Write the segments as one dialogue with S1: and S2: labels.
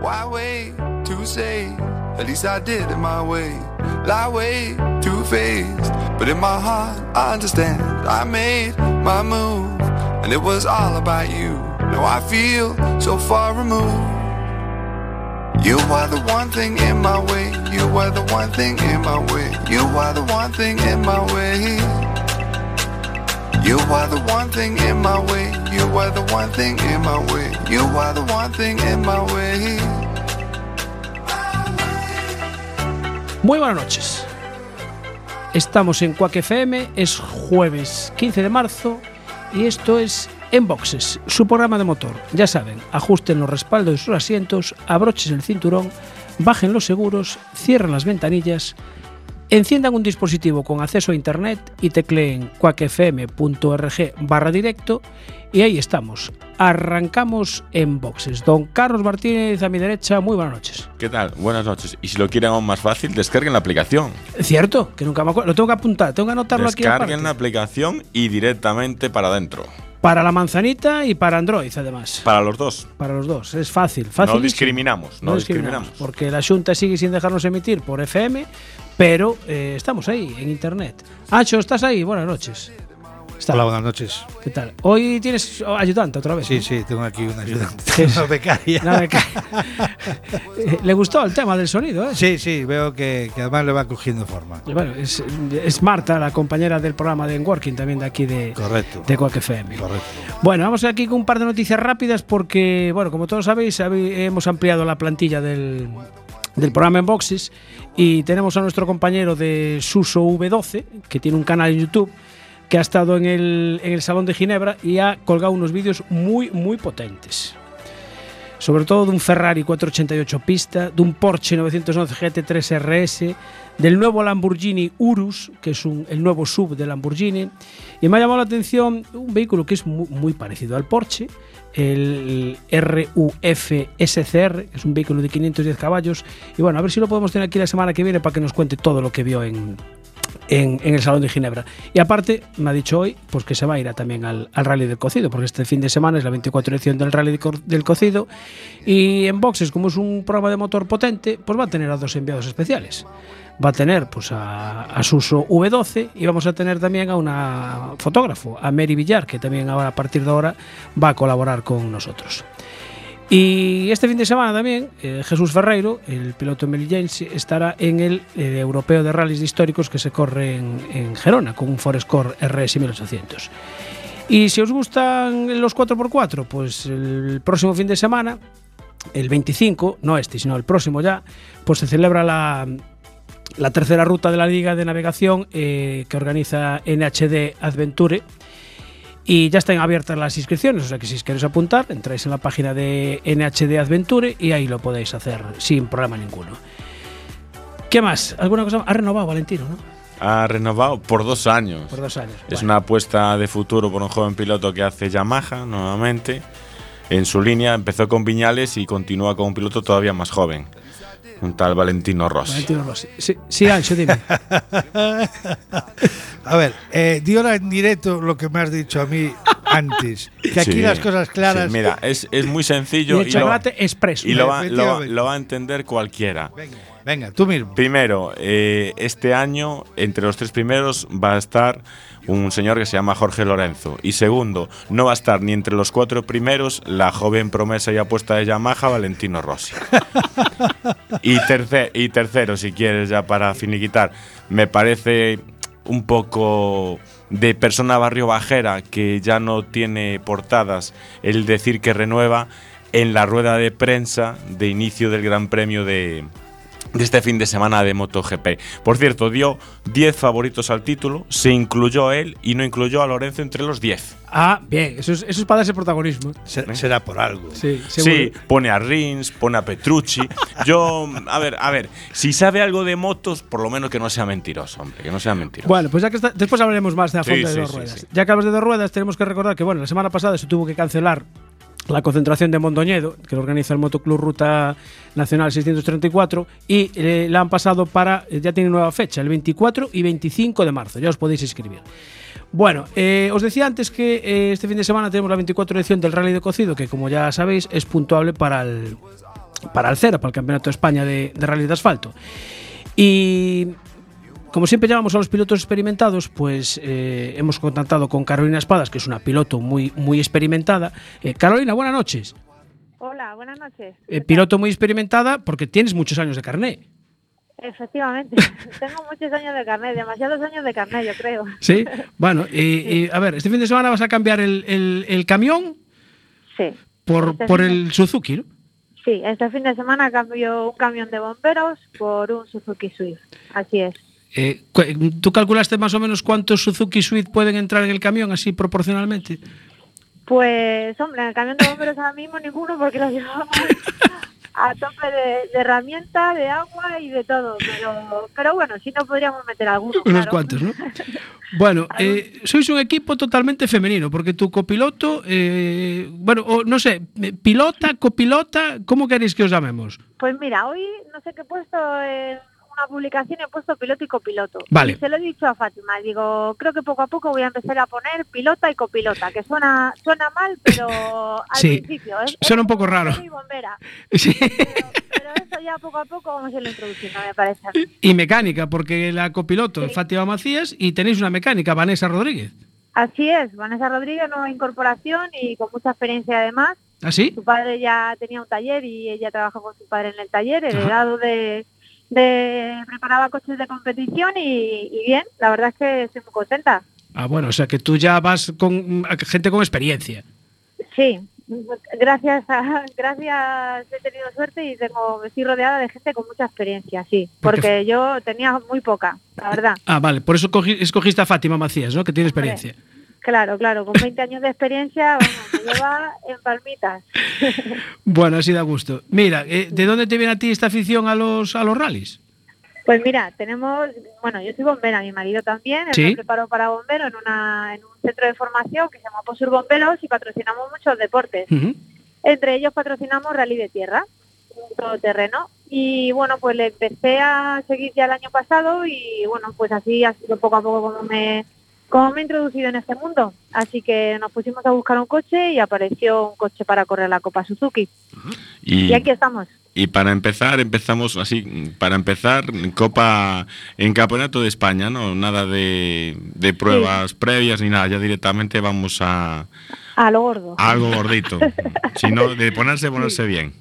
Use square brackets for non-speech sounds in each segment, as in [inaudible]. S1: Why wait to say? At least I did it my way. Lie way too faced, but in my heart I understand. I made my move, and it was all about you. Now I feel so far removed. You are the one thing in my way. You are the one thing in my way. You are the one thing in my way. You are the one thing in my way. You are the one thing in my way. You are the one thing in my way.
S2: Muy buenas noches. Estamos en Quack FM, es jueves 15 de marzo y esto es En Boxes, su programa de motor. Ya saben, ajusten los respaldos de sus asientos, abrochen el cinturón, bajen los seguros, cierren las ventanillas, enciendan un dispositivo con acceso a internet y tecleen quackfm.org barra directo y ahí estamos. Arrancamos en Boxes. Don Carlos Martínez a mi derecha, muy buenas noches.
S3: ¿Qué tal? Buenas noches. Y si lo quieren aún más fácil, descarguen la aplicación.
S2: Cierto, que nunca me acuerdo. Lo tengo que apuntar, tengo que anotarlo aquí.
S3: Descarguen
S2: aparte.
S3: la aplicación y directamente para adentro.
S2: Para la manzanita y para Android, además.
S3: Para los dos.
S2: Para los dos. Es fácil. fácil
S3: No discriminamos. No, discriminamos.
S2: Porque la Junta sigue sin dejarnos emitir por FM, pero eh, estamos ahí, en Internet. Ancho, ¿estás ahí? Buenas noches. Está.
S4: Hola, buenas noches.
S2: ¿Qué tal? Hoy tienes ayudante otra vez.
S4: Sí,
S2: ¿no?
S4: sí, tengo aquí una
S2: Sí,
S4: ayudante,
S2: [laughs]
S4: [laughs]
S2: sí.
S4: una becaria.
S2: Nada que- Eh, Le gustó el tema del sonido, ¿eh?
S4: Sí, sí, veo que, que además le va cogiendo forma.
S2: Y Bueno, es, es Marta, la compañera del programa de En Working, también de aquí de,
S4: Correcto.
S2: de Quack FM.
S4: Correcto.
S2: Bueno, vamos aquí con un par de noticias rápidas porque, bueno, como todos sabéis, habe- hemos ampliado la plantilla del, del programa en boxes y tenemos a nuestro compañero de Suso V12, que tiene un canal en YouTube, que ha estado en el, en el Salón de Ginebra y ha colgado unos vídeos muy, muy potentes. Sobre todo de un Ferrari 488 pista, de un Porsche 911 GT3 RS, del nuevo Lamborghini Urus, que es un- el nuevo sub de Lamborghini. Y me ha llamado la atención un vehículo que es mu- muy, parecido al Porsche, el RUF SCR, que es un vehículo de 510 caballos. Y bueno, a ver si lo podemos tener aquí la semana que viene para que nos cuente todo lo que vio en, en, en el Salón de Ginebra. Y aparte, me ha dicho hoy pues que se va a ir a también al, al Rally del Cocido, porque este fin de semana es la 24 edición del Rally de Cor- del Cocido. Y en boxes, como es un programa de motor potente, pues va a tener a dos enviados especiales. Va a tener pues a, a Suso V12 y vamos a tener también a una fotógrafo, a Mary Villar, que también ahora a partir de ahora va a colaborar con nosotros. Y este fin de semana también, eh, Jesús Ferreiro, el piloto melillense, estará en el eh, Europeo de Rallys de Históricos que se corre en, en Gerona con un Forescore RS 1800. Y si os gustan los 4x4, pues el próximo fin de semana, el 25, no este, sino el próximo ya, pues se celebra la, la tercera ruta de la Liga de Navegación eh, que organiza NHD Adventure. Y ya están abiertas las inscripciones, o sea que si os queréis apuntar, entráis en la página de NHD Adventure y ahí lo podéis hacer sin problema ninguno. ¿Qué más? ¿Alguna cosa? Ha renovado Valentino, ¿no?
S3: Ha renovado por dos años.
S2: Por dos años.
S3: Es
S2: Bueno.
S3: una apuesta de futuro por un joven piloto que hace Yamaha nuevamente. En su línea empezó con Viñales y continúa con un piloto todavía más joven. Un tal Valentino Rossi.
S2: Valentino Rossi. Sí, sí, Ancho, dime.
S4: [laughs] A ver, eh, di ahora en directo lo que me has dicho a mí antes. Que aquí
S3: Sí.
S4: las cosas claras.
S3: Sí, mira, es, es muy
S2: Y
S3: sencillo
S2: el
S3: y, lo,
S2: chocolate expreso.
S3: y lo va, lo va-
S4: Efectivamente.
S3: lo va a entender cualquiera.
S4: Venga, venga, tú mismo.
S3: Primero, eh, este año, entre los tres primeros, va a estar un señor que se llama Jorge Lorenzo. Y segundo, no va a estar ni entre los cuatro primeros la joven promesa y apuesta de Yamaha, Valentino Rossi. y, terce- y tercero, si quieres, ya para finiquitar, me parece un poco de persona barrio bajera que ya no tiene portadas el decir que renueva en la rueda de prensa de inicio del Gran Premio de, de este fin de semana de MotoGP. Por cierto, dio 10 favoritos al título, se incluyó él y no incluyó a Lorenzo entre los 10.
S2: Ah, bien, eso es, eso es para darse protagonismo.
S4: Se- será por algo.
S2: Sí, seguro.
S3: ¿Eh? Sí, pone a Rins, pone a Petrucci. Yo, a ver, a ver, si sabe algo de motos, por lo menos que no sea mentiroso, hombre, que no sea mentiroso.
S2: Bueno, pues ya que está- después hablaremos más de a
S3: Sí,
S2: fondo de
S3: sí,
S2: dos
S3: sí,
S2: ruedas.
S3: sí.
S2: Ya que hablas de dos ruedas, tenemos que recordar que bueno, la semana pasada se tuvo que cancelar la concentración de Mondoñedo, que lo organiza el Motoclub Ruta Nacional 634, y eh, la han pasado para, eh, ya tiene nueva fecha, el 24 y 25 de marzo, ya os podéis inscribir. Bueno, eh, os decía antes que eh, este fin de semana tenemos la 24 edición del Rally de Cocido, que como ya sabéis es puntuable para el, para Alcera, para el Campeonato de España de, de Rally de Asfalto. Y como siempre llamamos a los pilotos experimentados, pues eh, hemos contactado con Carolina Espadas, que es una piloto muy, muy experimentada. Eh, Carolina, buenas noches.
S5: Hola, buenas noches.
S2: Eh, piloto muy experimentada porque tienes muchos años de carné.
S5: Efectivamente, [laughs] tengo muchos años de carnet, demasiados años de carnet, yo creo.
S2: Sí. Bueno, eh, eh, a ver, este fin de semana vas a cambiar el, el- el camión
S5: Sí,
S2: por,
S5: Este
S2: por
S5: fin de-
S2: el Suzuki, ¿no?
S5: sí, este fin de semana cambio un camión de bomberos por un Suzuki Swift. Así es.
S2: Eh, cu- ¿Tú calculaste más o menos cuántos Suzuki Suite pueden entrar en el camión así proporcionalmente?
S5: Pues, hombre, en el camión de bomberos ahora mismo ninguno porque lo llevamos [laughs] a tope de, de herramienta, de agua y de todo. Pero, pero bueno, sí no podríamos meter alguno.
S2: Unos
S5: claro. [laughs]
S2: cuantos, ¿no? Bueno, eh, sois un equipo totalmente femenino, porque tu copiloto, eh, bueno, o no sé, eh, pilota, copilota, ¿cómo queréis que
S5: [laughs]
S2: os llamemos?
S5: Pues mira, hoy no sé qué he puesto en una publicación, he puesto piloto y copiloto.
S2: Vale.
S5: Y se lo he dicho a Fátima, digo, creo que poco a poco voy a empezar a poner pilota y copilota, que suena suena mal, pero
S2: [laughs]
S5: al
S2: Sí.
S5: principio. Es,
S2: Suena un
S5: como
S2: poco raro.
S5: bombero y bombera,
S2: Sí.
S5: pero, pero eso ya poco a poco vamos a irlo introduciendo, me parece. a mí.
S2: Y mecánica, porque la copiloto es
S5: Sí.
S2: Fátima Macías y tenéis una mecánica, Vanessa Rodríguez.
S5: Así es, Vanessa Rodríguez, nueva incorporación y con mucha experiencia además.
S2: ¿Así?
S5: Su padre ya tenía un taller y ella trabajó con su padre en el taller, heredado de, de- preparaba coches de competición y, y bien, la verdad es que estoy muy contenta.
S2: Ah, bueno, o sea que tú ya vas con mm, a- gente con experiencia.
S5: Sí, gracias, a- gracias, he tenido suerte y tengo, estoy rodeada de gente con mucha experiencia, sí,
S2: Porque-
S5: porque, yo tenía muy poca, la verdad.
S2: Ah, vale, por eso cogi- escogiste a Fátima Macías, ¿no? Que tiene
S5: Hombre.
S2: experiencia.
S5: Claro, claro, con 20 años de experiencia vamos, me lleva en palmitas.
S2: Bueno, así da gusto. Mira, eh, ¿de dónde te viene a ti esta afición a los, a los rallies?
S5: Pues mira, tenemos, bueno, yo soy bombera, mi marido también, él
S2: Sí.
S5: me preparó para bombero en, una, en un centro de formación que se llama Posur Bomberos y patrocinamos muchos deportes.
S3: Mm.
S2: Ujú.
S5: Entre ellos patrocinamos rally de tierra, un todoterreno. Y bueno, pues le empecé a seguir ya el año pasado y bueno, pues así ha sido poco a poco como me, como me he introducido en este mundo. Así que nos pusimos a buscar un coche y apareció un coche para correr la Copa Suzuki.
S3: Mm.
S5: Y aquí estamos.
S3: Y para empezar, empezamos así, mm, para empezar, Copa en Campeonato de España, ¿no? Nada de, de pruebas previas ni nada, ya directamente vamos a,
S5: A lo gordo.
S3: a
S5: [laughs]
S3: algo gordito, sino de ponerse, ponerse bien.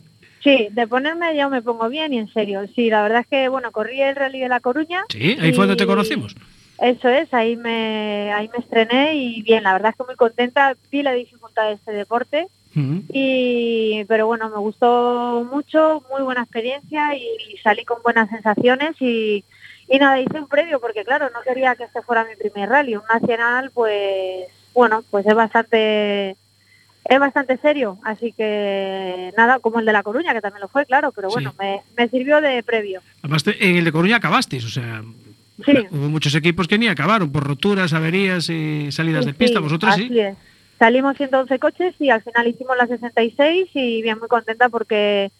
S5: Sí, de ponerme yo me pongo bien y en serio. Sí, la verdad es que, bueno, corrí el Rally de La Coruña.
S2: Sí, ahí fue donde te
S5: y
S2: conocimos.
S5: Eso es, ahí me, ahí me estrené y bien, la verdad es que muy contenta, vi la dificultad de este deporte,
S2: Ujú.
S5: Mm-hmm. y pero bueno, me gustó mucho, muy buena experiencia y salí con buenas sensaciones y, y nada, hice un previo porque claro, no quería que este fuera mi primer rally. Un nacional, pues bueno, pues es bastante es bastante serio, así que nada, como el de La Coruña, que también lo fue, claro, pero bueno,
S2: Sí.
S5: me, me sirvió de previo.
S2: Además, te- en el de Coruña acabasteis, o sea,
S5: Sí.
S2: hubo muchos equipos que ni acabaron por roturas, averías, eh, salidas de
S5: Sí,
S2: pista.
S5: sí,
S2: Vosotras
S5: así
S2: sí.
S5: es. Salimos 111 coches y al final hicimos la 66 y bien muy contenta porque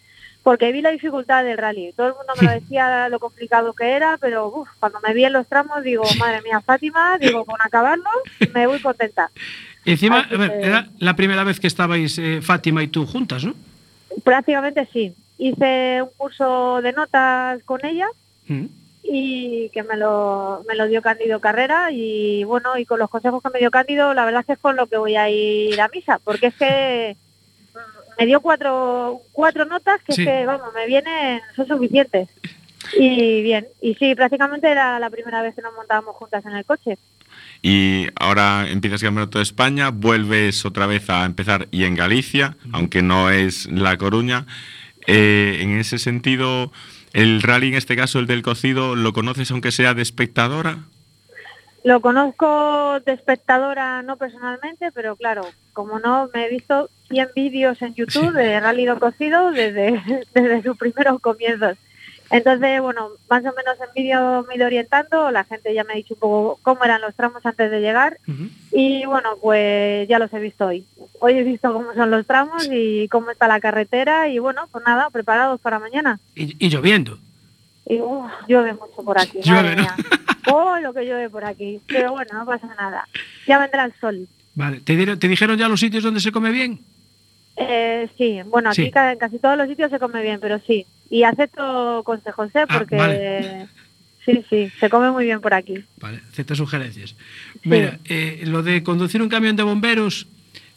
S5: porque vi la dificultad del rally. Todo el mundo me lo decía lo complicado que era, pero uf, cuando me vi en los tramos digo, madre mía, Fátima, digo, con acabarlo
S2: [laughs]
S5: me voy contenta.
S2: Encima,
S5: así
S2: a ver,
S5: que-
S2: era la primera vez que estabais eh, Fátima y tú juntas, ¿no?
S5: Prácticamente sí. Hice un curso de notas con ella
S2: Ujú.
S5: y que me lo, me lo dio Cándido Carrera y bueno, y con los consejos que me dio Cándido, la verdad es que es con lo que voy a ir a misa, porque es que mm, me dio cuatro, cuatro notas que
S2: Sí.
S5: es que, vamos, me vienen, son suficientes. Y bien, y sí, prácticamente era la primera vez que nos montábamos juntas en el coche.
S3: Y ahora empiezas Campeonato de España, vuelves otra vez a empezar y en Galicia, aunque no es La Coruña. Eh, en ese sentido, el rally, en este caso el del cocido, ¿lo conoces aunque sea de espectadora?
S5: Lo conozco de espectadora, no personalmente, pero claro, como no, me he visto 100 vídeos en YouTube de Rally Lo Cocido desde, [laughs] desde sus primeros comienzos. Entonces, bueno, más o menos en vídeo me he ido orientando, la gente ya me ha dicho un poco cómo eran los tramos antes de llegar
S2: Ujú.
S5: y bueno, pues ya los he visto hoy. Hoy he visto cómo son los tramos y cómo está la carretera y bueno, pues nada, preparados para mañana.
S2: y, y lloviendo.
S5: Y uf, llueve mucho por aquí. Madre
S2: Llueve, ¿no?
S5: mía.
S2: [laughs]
S5: Oh, lo que llueve por aquí. Pero bueno, no pasa nada. Ya vendrá el sol.
S2: Vale, ¿Te, dieron- ¿te dijeron ya los sitios donde se come bien?
S5: Eh, sí, bueno, aquí
S2: Sí.
S5: ca- en casi todos los sitios se come bien, pero sí. Y acepto consejos, ¿eh?
S2: Ah,
S5: Porque
S2: vale.
S5: sí, sí, se come muy bien por aquí.
S2: Vale, ciertas sugerencias. Mira, eh, lo de conducir un camión de bomberos,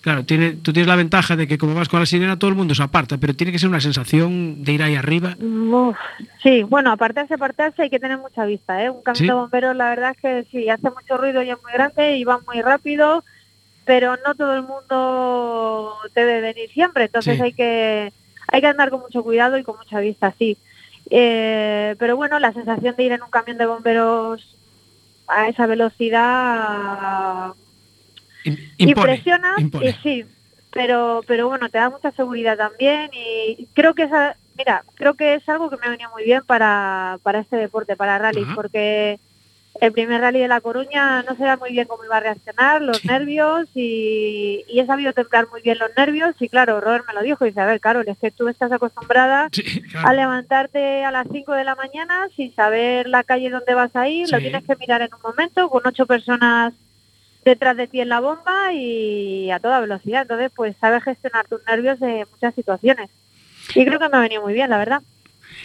S2: claro, tiene, tú tienes la ventaja de que como vas con la sirena todo el mundo se aparta, pero tiene que ser una sensación de ir ahí arriba.
S5: Uf, sí, bueno, apartarse, apartarse hay que tener mucha vista, ¿eh? Un camión
S2: Sí.
S5: de bomberos, la verdad es que sí, hace mucho ruido y es muy grande y va muy rápido, pero no todo el mundo debe venir siempre, entonces
S2: Sí.
S5: hay que hay que andar con mucho cuidado y con mucha vista, sí. Eh, pero bueno, la sensación de ir en un camión de bomberos a esa velocidad
S2: Im- Impone.
S5: impresiona
S2: impone.
S5: y sí pero pero bueno te da mucha seguridad también y creo que esa mira creo que es algo que me ha venido muy bien para, para este deporte para rally
S2: Ajá.
S5: porque el primer rally de la Coruña no sabía muy bien cómo iba a reaccionar los
S2: Sí.
S5: nervios y, y he sabido templar muy bien los nervios y claro Robert me lo dijo y dice a ver Carol es que tú estás acostumbrada
S2: Sí, claro.
S5: a levantarte a las 5 de la mañana sin saber la calle donde vas a ir, lo
S2: Sí.
S5: tienes que mirar en un momento con ocho personas detrás de ti en la bomba y a toda velocidad. Entonces, pues sabes gestionar tus nervios de muchas situaciones. Y creo que me ha venido muy bien, la verdad.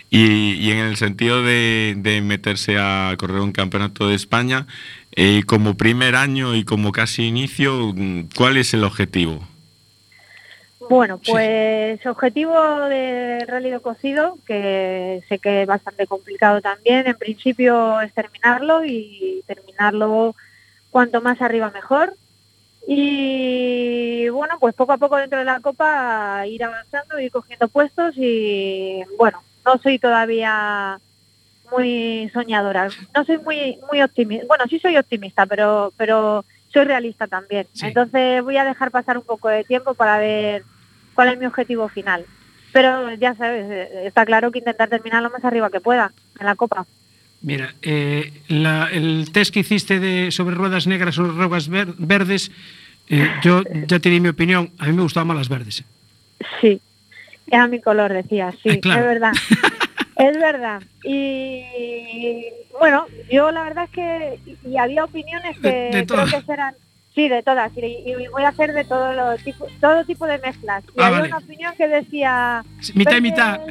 S3: Y, y en el sentido de, de meterse a correr un campeonato de España, eh, como primer año y como casi inicio, mm, ¿cuál es el objetivo?
S5: Bueno,
S2: Sí.
S5: pues objetivo del rally de cocido, que sé que es bastante complicado también, en principio es terminarlo y terminarlo cuanto más arriba mejor. Y bueno, pues poco a poco dentro de la copa ir avanzando, ir cogiendo puestos y bueno, no soy todavía muy soñadora, no soy muy muy optimista, bueno sí soy optimista, pero pero soy realista también.
S2: Sí.
S5: Entonces voy a dejar pasar un poco de tiempo para ver cuál es mi objetivo final. Pero ya sabes, eh, está claro que intentar terminar lo más arriba que pueda en la copa.
S2: Mira, eh, la- el test que hiciste de, sobre ruedas negras o ruedas ver- verdes, eh, yo ya te di mi opinión, a mí me gustaban más las verdes.
S5: Sí, era mi color, decía, sí,
S2: Ah, claro.
S5: es
S2: [laughs]
S5: verdad. es verdad. Y bueno, yo la verdad es que y y había opiniones que
S2: De- de
S5: creo
S2: todas.
S5: que serán sí, de todas y, y voy a hacer de todo lo tipo, todo tipo de mezclas. Y
S2: Ah,
S5: había
S2: vale.
S5: una opinión que decía
S2: Mitad y
S5: verdes-
S2: mitad.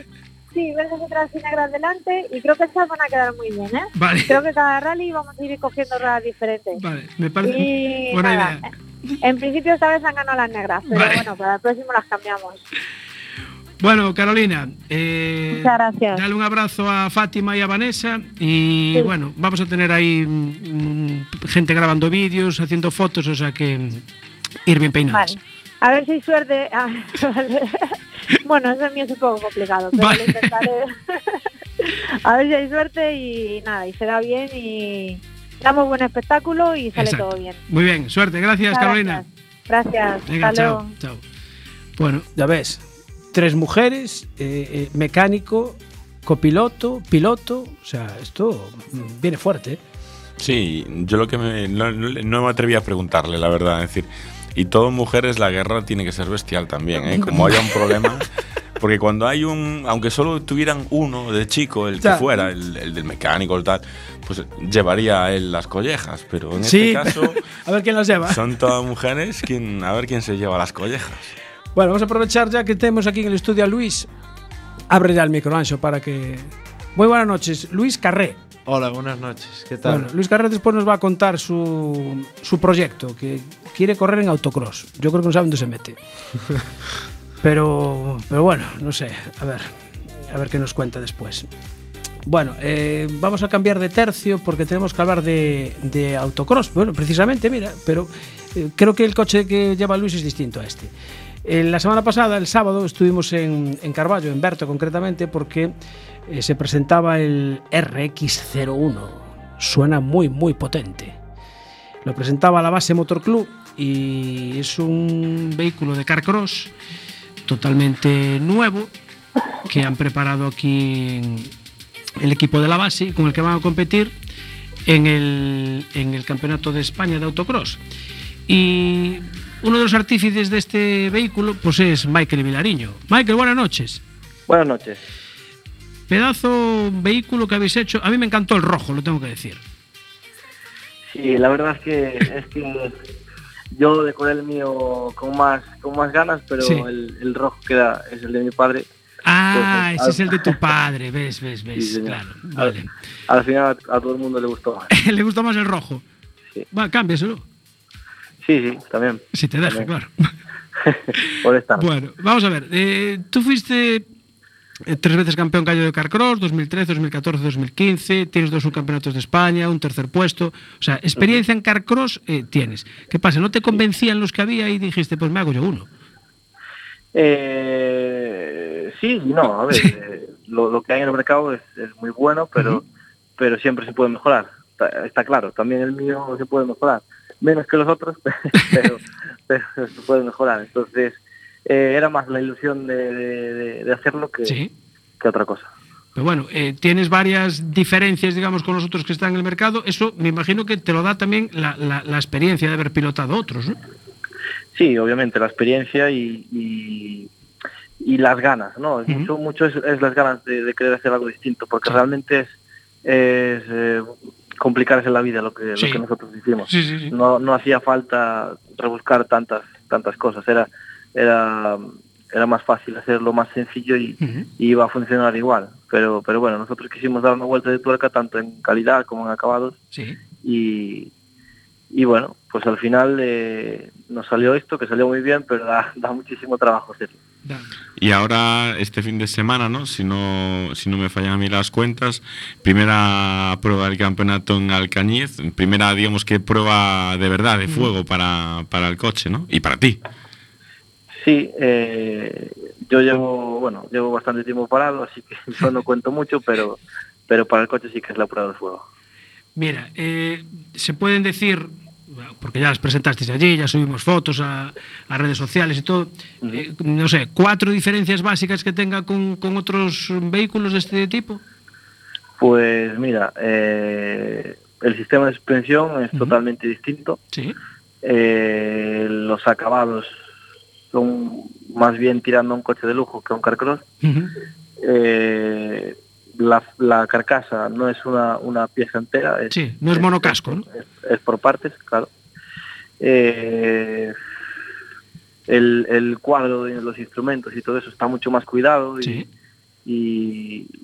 S5: Sí, verdes atrás y negras delante y creo que estas van a quedar muy bien, ¿eh?
S2: Vale,
S5: Creo que cada rally vamos a ir cogiendo ruedas diferentes.
S2: vale, me parece
S5: Y
S2: buena
S5: nada,
S2: idea.
S5: en principio esta vez han ganado las negras, pero
S2: Vale.
S5: bueno, para el próximo las cambiamos.
S2: Bueno, Carolina, eh,
S5: Muchas gracias.
S2: dale un abrazo a Fátima y a Vanessa y
S5: Sí.
S2: bueno, vamos a tener ahí mm, gente grabando vídeos, haciendo fotos, o sea que mm, ir bien peinados.
S5: Vale. A ver si hay suerte. [laughs] Ah, vale. bueno, eso mío es un poco complicado, pero
S2: Vale.
S5: lo intentaré. [laughs] A ver si hay suerte y nada, y se da bien y damos buen espectáculo y sale
S2: Exacto.
S5: todo bien.
S2: Muy bien, suerte, gracias
S5: Muchas
S2: Carolina.
S5: Gracias. Gracias.
S2: Venga,
S5: Hasta luego.
S2: chao, chao. Bueno,
S6: Ya ves, tres mujeres, eh, eh, mecánico, copiloto, piloto. O sea, esto mm, viene fuerte. ¿eh?
S3: Sí, yo lo que me, no, no- no me atreví a preguntarle, la verdad. Es decir, y todo mujeres, la guerra tiene que ser bestial también, ¿eh? Como haya un problema. Porque cuando hay un. Aunque solo tuvieran uno de chico, el que
S6: Ya.
S3: fuera, el, el del mecánico, el tal, pues llevaría a él las collejas. Pero en
S6: Sí.
S3: este caso,
S6: [laughs] A ver quién las lleva.
S3: son todas mujeres. Quien, a ver quién se lleva las collejas.
S6: Bueno, vamos a aprovechar ya que tenemos aquí en el estudio a Luis. Abre ya el micro, Ancho, para que. Muy buenas noches, Luis Carré.
S7: Hola, buenas noches. ¿Qué tal?
S6: Bueno, Luis Carré después nos va a contar su, su proyecto, que quiere correr en autocross. Yo creo que no sabe dónde se mete. Pero, pero bueno, no sé. A ver, a ver qué nos cuenta después. Bueno, eh, vamos a cambiar de tercio porque tenemos que hablar de, de autocross. Bueno, precisamente, mira, pero eh, creo que el coche que lleva Luis es distinto a este. Eh, la semana pasada, el sábado, estuvimos en, en Carballo, en Berto concretamente, porque eh, se presentaba el RX01. Suena muy, muy potente. Lo presentaba la base Motor Club
S2: y es un vehículo de Carcross totalmente nuevo que han preparado aquí en el equipo de la base con el que van a competir en el, en el Campeonato de España de Autocross. Y uno de los artífices de este vehículo pues es Michael Vilariño. Michael, buenas noches.
S7: Buenas noches.
S2: Pedazo vehículo que habéis hecho. A mí me encantó el rojo, lo tengo que decir.
S7: Sí, la verdad es que, es que Yo decoré el mío con más, con más ganas, pero
S2: Sí.
S7: el, el rojo que da es el de mi padre.
S2: Ah,
S7: Entonces,
S2: ese
S7: al-
S2: es el de tu padre, ves, ves, ves,
S7: Pues, Sí, señor.
S2: claro. [laughs]
S7: Al-
S2: Vale.
S7: Al final a, a todo el mundo le gustó más.
S2: Le gusta más el rojo.
S7: Sí.
S2: Va, cámbiaselo.
S7: Sí, sí, también.
S2: [laughs] Si te deja,
S7: Vale.
S2: claro.
S7: [laughs] Por estar.
S2: Bueno, vamos a ver. eh, tú fuiste eh, tres veces campeón gallo de Carcross, 2013, 2014, 2015. Tienes dos subcampeonatos de España, un tercer puesto. O sea, experiencia en Carcross eh, tienes. ¿Qué pasa? ¿No te convencían los que había y dijiste, pues me hago yo uno?
S7: Eh, sí, y no, a ver, eh, lo, lo que hay en el mercado es, es muy bueno, pero, pero siempre se puede mejorar. Está, está claro, también el mío se puede mejorar, menos que los otros, [laughs] pero, pero se puede mejorar. Entonces, eh, era más la ilusión de, de- de- de hacerlo que,
S2: Sí.
S7: que otra cosa.
S2: Pero bueno, eh, tienes varias diferencias, digamos, con los otros que están en el mercado. Eso me imagino que te lo da también la, la- la experiencia de haber pilotado otros, ¿no?
S7: Sí, obviamente, la experiencia y, y, y las ganas, ¿no?
S2: Ujú.
S7: Mucho, mucho es, es las ganas de, de querer hacer algo distinto, porque realmente es, es eh, complicarse la vida lo que,
S2: Sí.
S7: lo que nosotros hicimos.
S2: Sí, sí, sí.
S7: No, no hacía falta rebuscar tantas, tantas cosas, era, era, era más fácil hacerlo más sencillo y,
S2: Ujú.
S7: y iba a funcionar igual. Pero, pero bueno, nosotros quisimos dar una vuelta de tuerca tanto en calidad como en acabados
S2: Sí.
S7: y, y bueno, pues al final eh, nos salió esto, que salió muy bien, pero da, da muchísimo trabajo hacerlo.
S2: Da-
S3: Y ahora, este fin de semana, ¿no? Si no, si no me fallan a mí las cuentas, primera prueba del campeonato en Alcañiz, primera, digamos que prueba de verdad, de fuego para, para el coche, ¿no? Y para ti.
S7: Sí, eh, yo llevo, bueno, llevo bastante tiempo parado, así que [laughs] yo no cuento mucho, pero, pero para el coche sí que es la prueba de fuego.
S2: Mira, eh, se pueden decir, bueno, porque ya las presentasteis allí, ya subimos fotos a, a redes sociales y todo, eh, no sé, cuatro diferencias básicas que tenga con, con otros vehículos de este tipo.
S7: Pues mira, eh, el sistema de suspensión es
S2: Ujú.
S7: totalmente distinto.
S2: Sí,
S7: Eh, los acabados son más bien tirando a un coche de lujo que a un carcross. Eh, la, la carcasa no es una, una pieza entera. Es,
S2: sí, no es monocasco, ¿no?
S7: es, es por partes, claro. Eh, el, el cuadro de los instrumentos y todo eso está mucho más cuidado y,
S2: Sí,
S7: y,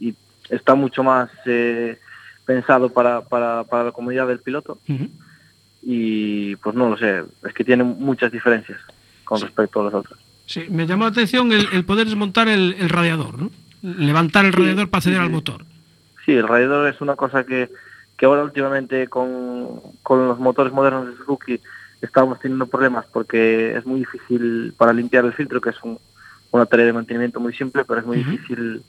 S7: y está mucho más eh, pensado para, para, para la comodidad del piloto
S2: ujú.
S7: y pues no lo sé, es que tiene muchas diferencias con
S2: Sí.
S7: respecto a los otros.
S2: Sí, me llamó la atención el, el poder desmontar el, el radiador, ¿no? Levantar el radiador para acceder al motor.
S7: Sí, el radiador es una cosa que, que ahora últimamente con, con los motores modernos de Suzuki estamos teniendo problemas porque es muy difícil para limpiar el filtro, que es un- una tarea de mantenimiento muy simple, pero es muy
S2: Ujú.
S7: difícil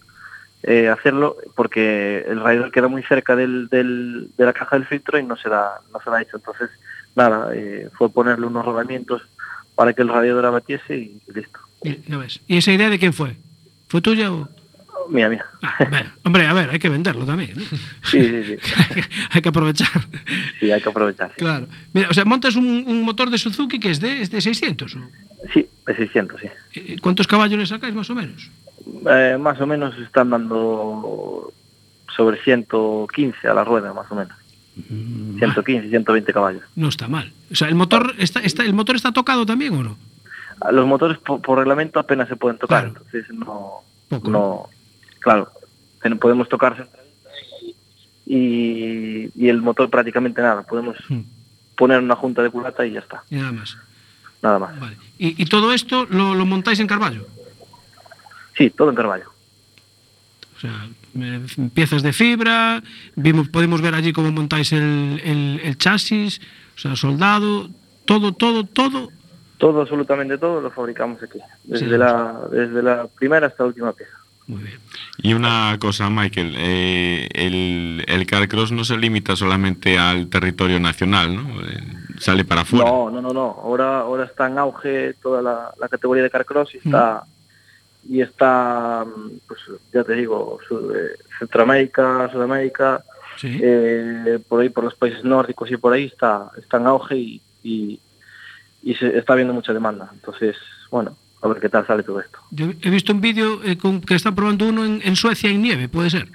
S7: eh, hacerlo porque el radiador queda muy cerca del, del- de la caja del filtro y no se da, no se da hecho. Entonces, nada, eh, fue ponerle unos rodamientos para que el radiador abatiese y listo.
S2: Y, ya ves. ¿Y esa idea de quién fue? ¿Fue tuya o...?
S7: Mira, mira.
S2: Ah,
S7: [laughs]
S2: bueno, hombre, a ver, hay que venderlo también. ¿no?
S7: Sí, sí, sí,
S2: [laughs] hay que aprovechar.
S7: sí, hay que aprovechar.
S2: Claro. Mira, o sea, montas un, un motor de Suzuki que es de, es de 600. ¿no?
S7: Sí, de 600, sí.
S2: Eh, ¿Cuántos caballos le sacáis más o menos?
S7: Eh, más o menos están dando sobre 115 a la rueda, más o menos.
S2: Mm.
S7: 115, 120 caballos.
S2: No está mal. O sea, ¿el motor está, está- el motor está tocado también o no?
S7: Ah, Los motores po- por, reglamento apenas se pueden tocar,
S2: Claro.
S7: entonces no,
S2: Poco,
S7: no, claro, ten- podemos tocar y, y el motor prácticamente nada, podemos
S2: Mm,
S7: poner una junta de culata y ya está,
S2: Y nada más.
S7: nada más.
S2: Vale. ¿Y, y todo esto lo, lo montáis en Carballo?
S7: Sí, todo en Carvalho.
S2: O sea, eh, piezas de fibra, vimos, podemos ver allí cómo montáis el, el- el chasis, o sea, soldado, todo, todo, todo.
S7: Todo, absolutamente todo lo fabricamos aquí, desde,
S2: Sí.
S7: la, desde la primera hasta la última pieza.
S2: Muy bien.
S3: Y una cosa, Michael, eh, el, el carcross no se limita solamente al territorio nacional, ¿no? Eh, sale para afuera.
S7: No, no, no, no. Ahora, ahora está en auge toda la, la categoría de carcross y está y está, mm, pues ya te digo, Sud- eh, Centroamérica, Sudamérica,
S2: Sí.
S7: eh, por ahí por los países nórdicos y por ahí está, está en auge y, y, y se está viendo mucha demanda. Entonces, bueno, a ver qué tal sale todo esto.
S2: Yo he visto un vídeo eh, con- que está probando uno en, en Suecia en nieve, puede ser.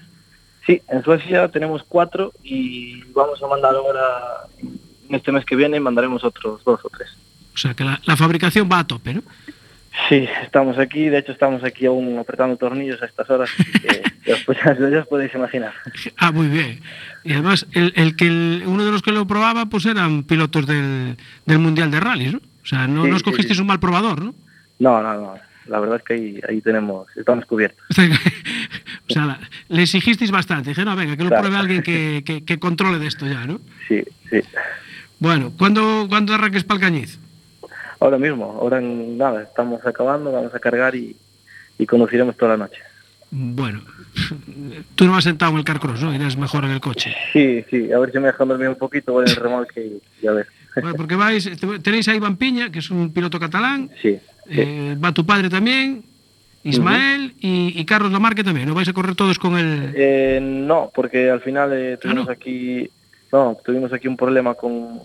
S7: Sí, en Suecia tenemos cuatro y vamos a mandar ahora en este mes que viene mandaremos otros dos o tres.
S2: O
S6: O sea, que la, la fabricación va a tope, ¿no?
S7: Sí, estamos aquí, de hecho estamos aquí aún apretando tornillos a estas horas, así [laughs] que ya, os, pues, ya os podéis imaginar.
S6: Ah, muy bien. Y además, el, el que el- uno de los que lo probaba, pues eran pilotos del, del Mundial de Rallys, ¿no? O sea, no,
S7: Sí,
S6: no
S7: sí,
S6: escogisteis
S7: sí.
S6: un mal probador, ¿no?
S7: No, no, no, la verdad es que ahí, ahí tenemos, estamos cubiertos.
S6: O sea, o sea, la- le exigisteis bastante. Dije, no, venga, que lo
S7: Claro.
S6: pruebe alguien que, que- que controle de esto ya, ¿no?
S7: Sí, sí.
S6: Bueno, ¿cuándo, ¿cuándo arranques para el Cañiz?
S7: Ahora mismo, ahora en nada, estamos acabando, vamos a cargar y, y conduciremos toda la noche.
S6: Bueno, [laughs] tú no vas sentado en el carcross, ¿no? Irás mejor en el coche.
S7: Sí, sí, a ver si me dejan dormir un poquito, voy en el remolque y, y a ver.
S6: Bueno, porque vais, tenéis a Iván Piña, que es un piloto catalán,
S7: Sí, sí.
S6: eh, va tu padre también, Ismael y, y Carlos Lamarque también. No vais a correr todos con el...
S7: Eh, no, porque al final eh, tuvimos
S6: Ah, no.
S7: aquí, no, tuvimos aquí un problema con,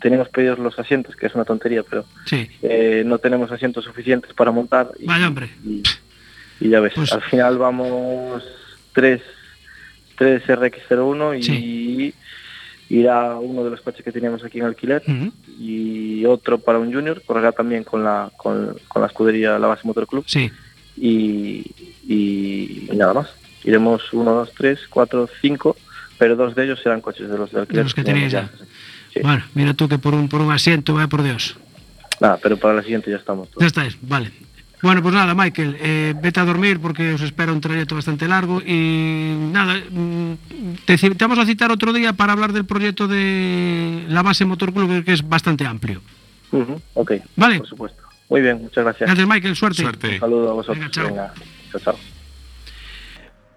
S7: teníamos pedidos los asientos, que es una tontería, pero
S6: Sí,
S7: eh, no tenemos asientos suficientes para montar y,
S6: vaya hombre.
S7: y- y ya ves,
S6: Pues-
S7: al final vamos 3, 3 RX01 y irá uno de los coches que teníamos aquí en alquiler
S6: Ujú,
S7: y otro para un junior, correrá también con la, con, con la escudería La Base Motor Club
S6: Sí,
S7: y, y- y nada más. Iremos 1, 2, 3, 4, 5, pero dos de ellos serán coches de los de alquiler.
S6: De los que teníais ya.
S7: Sí.
S6: bueno, mira tú que por un, por un asiento, vaya por Dios.
S7: Nada, pero para la siguiente ya estamos. todos.
S6: Ya estáis, vale. Bueno, pues nada, Michael, eh, vete a dormir porque os espera un trayecto bastante largo y nada, mm, te, ci- te vamos a citar otro día para hablar del proyecto de la base Motor Club que es bastante amplio.
S7: Ujú, ok,
S6: Vale.
S7: por supuesto. Muy bien, muchas gracias.
S6: Gracias, Michael, suerte.
S3: Suerte.
S7: Un saludo a vosotros.
S6: Venga, chao.
S7: Venga, chao, chao.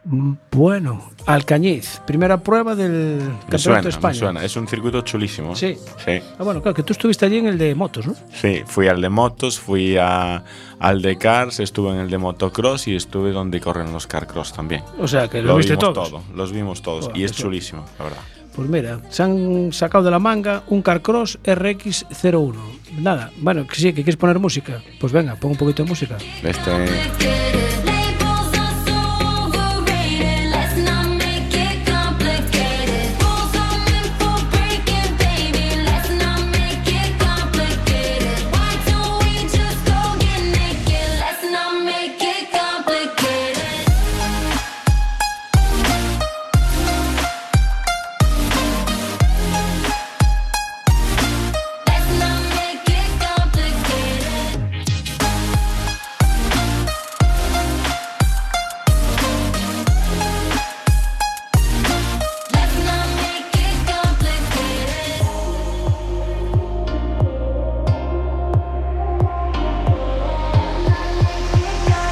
S2: Mm, Bueno, Alcañiz, primera prueba del
S3: Me
S2: Campeonato
S3: suena,
S2: de España.
S3: me suena. Es un circuito chulísimo. ¿eh?
S2: Sí.
S3: Sí.
S2: Ah, bueno, claro, que tú estuviste allí en el de motos, ¿no?
S3: Sí, fui al de motos, fui a- al de cars, estuve en el de motocross y estuve donde corren los carcross también.
S2: O sea, que lo, viste
S3: vimos
S2: todos.
S3: todo, los vimos todos
S2: Joder,
S3: y es
S2: qué suerte.
S3: chulísimo, la verdad.
S2: Pues mira, se han sacado de la manga un Carcross RX01. Nada, bueno, que sí, que quieres poner música. Pues venga, pongo un poquito de música.
S3: Este
S8: Make it complicated Let's not make it complicated. Let's not make it complicated.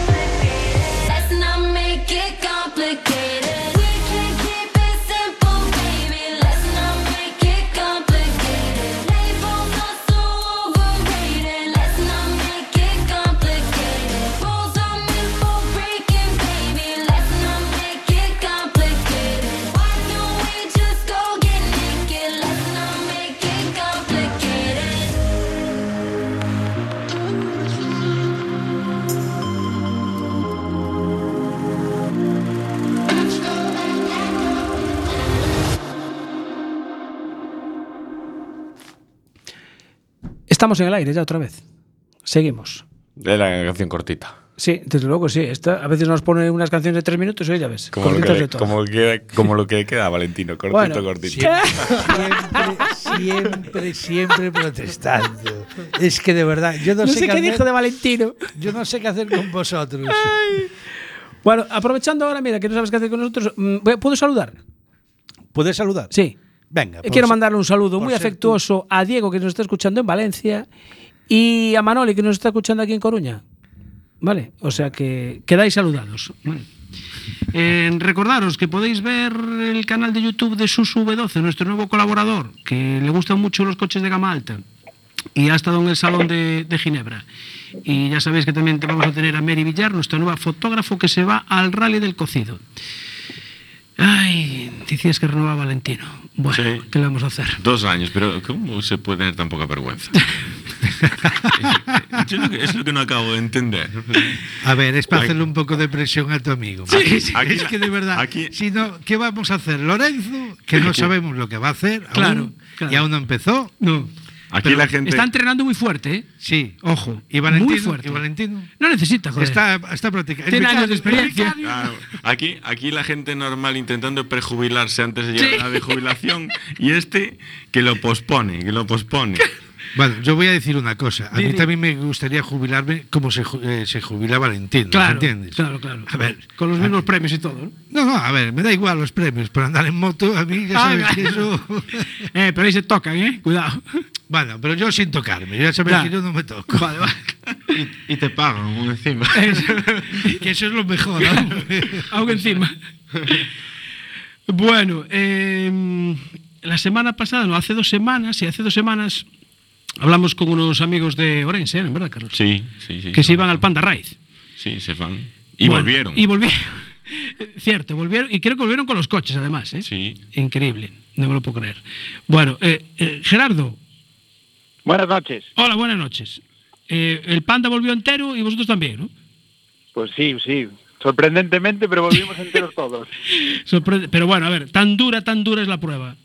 S8: Let's not make it complicated. We can keep it simple, baby. Let's not make it complicated. Labels are so overrated. Let's not make it complicated. Rules are meant for breaking, baby. Let's not make it complicated. Why don't we just go get naked? Let's not make it complicated.
S2: Estamos en el aire ya otra vez. Seguimos.
S3: era la canción cortita.
S2: Sí, desde luego sí. Esta, a veces nos pone unas canciones de tres minutos y ya ves.
S3: Como lo,
S2: cortitas
S3: que,
S2: de todas.
S3: como, que- como lo que queda, Valentino, cortito,
S2: Bueno,
S3: cortito.
S4: Siempre, siempre, siempre protestando. Es que de verdad, yo no,
S2: No sé
S4: sé,
S2: qué
S4: hacer-
S2: dijo de Valentino.
S4: yo no sé qué hacer con vosotros.
S2: Bueno, aprovechando ahora, mira, que no sabes qué hacer con nosotros, mm, voy- ¿puedo saludar?
S4: ¿Puedes saludar?
S2: Sí. Eh,
S4: Venga.
S2: Quiero
S4: pues-
S2: mandarle un saludo
S4: por
S2: muy
S4: ser tú.
S2: afectuoso a Diego, que nos está escuchando en Valencia, y a Manoli, que nos está escuchando aquí en Coruña. Vale, o sea que quedáis saludados.
S6: Bueno. Eh, recordaros que podéis ver el canal de YouTube de Susu V12, nuestro nuevo colaborador, que le gustan mucho los coches de gama alta y ha estado en el Salón de, de Ginebra. Y ya sabéis que también te vamos a tener a Mary Villar, nuestra nueva fotógrafo que se va al Rally del Cocido. Ay, decías que renueva Valentino. Bueno,
S9: Sí.
S6: ¿qué le vamos a hacer?
S9: Dos años, pero ¿cómo se puede tener tan poca
S3: [laughs]
S9: vergüenza? Yo lo que- es lo que no acabo de entender.
S4: A ver, es para
S9: Ay.
S4: hacerle un poco de presión a tu amigo.
S9: aquí-
S4: es que de verdad,
S9: aquí-
S4: si no, ¿qué vamos a hacer? Lorenzo, que no sabemos lo que va a hacer
S6: Claro,
S4: aún,
S6: claro.
S4: y aún no empezó.
S6: No.
S3: Aquí la gente.
S2: Está entrenando muy fuerte, ¿eh?
S4: Sí, ojo. Y Valentino.
S2: Muy fuerte.
S4: Y Valentino.
S2: No necesita, joder.
S4: Está, está practicando.
S2: Tiene años de experiencia.
S3: Claro, aquí, aquí la gente normal intentando prejubilarse antes de llegar a la de jubilación y este que lo pospone, que lo pospone.
S4: Bueno, yo voy a decir una cosa. A
S2: Di,
S4: mí
S2: di.
S4: también me gustaría jubilarme como se, ju- eh, se jubila Valentino.
S2: Claro,
S4: ¿Entiendes?
S2: claro, claro.
S4: A ver.
S2: Con los mismos premios y todo, ¿no?
S4: No, no, a ver, me da igual los premios. Por andar en moto, a mí ya
S2: Ah,
S4: sabes que
S2: claro.
S4: eso.
S2: [laughs] Eh, pero ahí se tocan, ¿eh?
S4: [laughs]
S2: Cuidado.
S4: bueno, pero yo sin tocarme. Ya sabes
S2: Ya.
S4: que yo no me toco.
S2: Vale, vale.
S10: Y te pagan
S2: [laughs]
S10: encima.
S4: [laughs] que eso es lo mejor. aún.
S2: Algo encima. Bueno, eh, la semana pasada, no, hace dos semanas, y hace dos semanas hablamos con unos amigos de Orense, ¿eran, ¿verdad, Carlos?
S3: Sí, sí, sí.
S2: Que se iban al Panda Raid.
S3: Sí, se van. Y
S2: Bueno,
S3: volvieron.
S2: Y volvieron. [laughs] Cierto, volvieron. Y creo que volvieron con los coches, además. ¿eh?
S3: Sí.
S2: Increíble. No me lo puedo creer. Bueno, eh, eh, Gerardo,
S11: Buenas noches.
S2: hola, buenas noches. Eh, el panda volvió entero y vosotros también, ¿no?
S11: Pues sí, sí. Sorprendentemente, pero volvimos [laughs] enteros todos.
S2: Sorprende- Pero bueno, a ver, tan dura, tan dura es la prueba.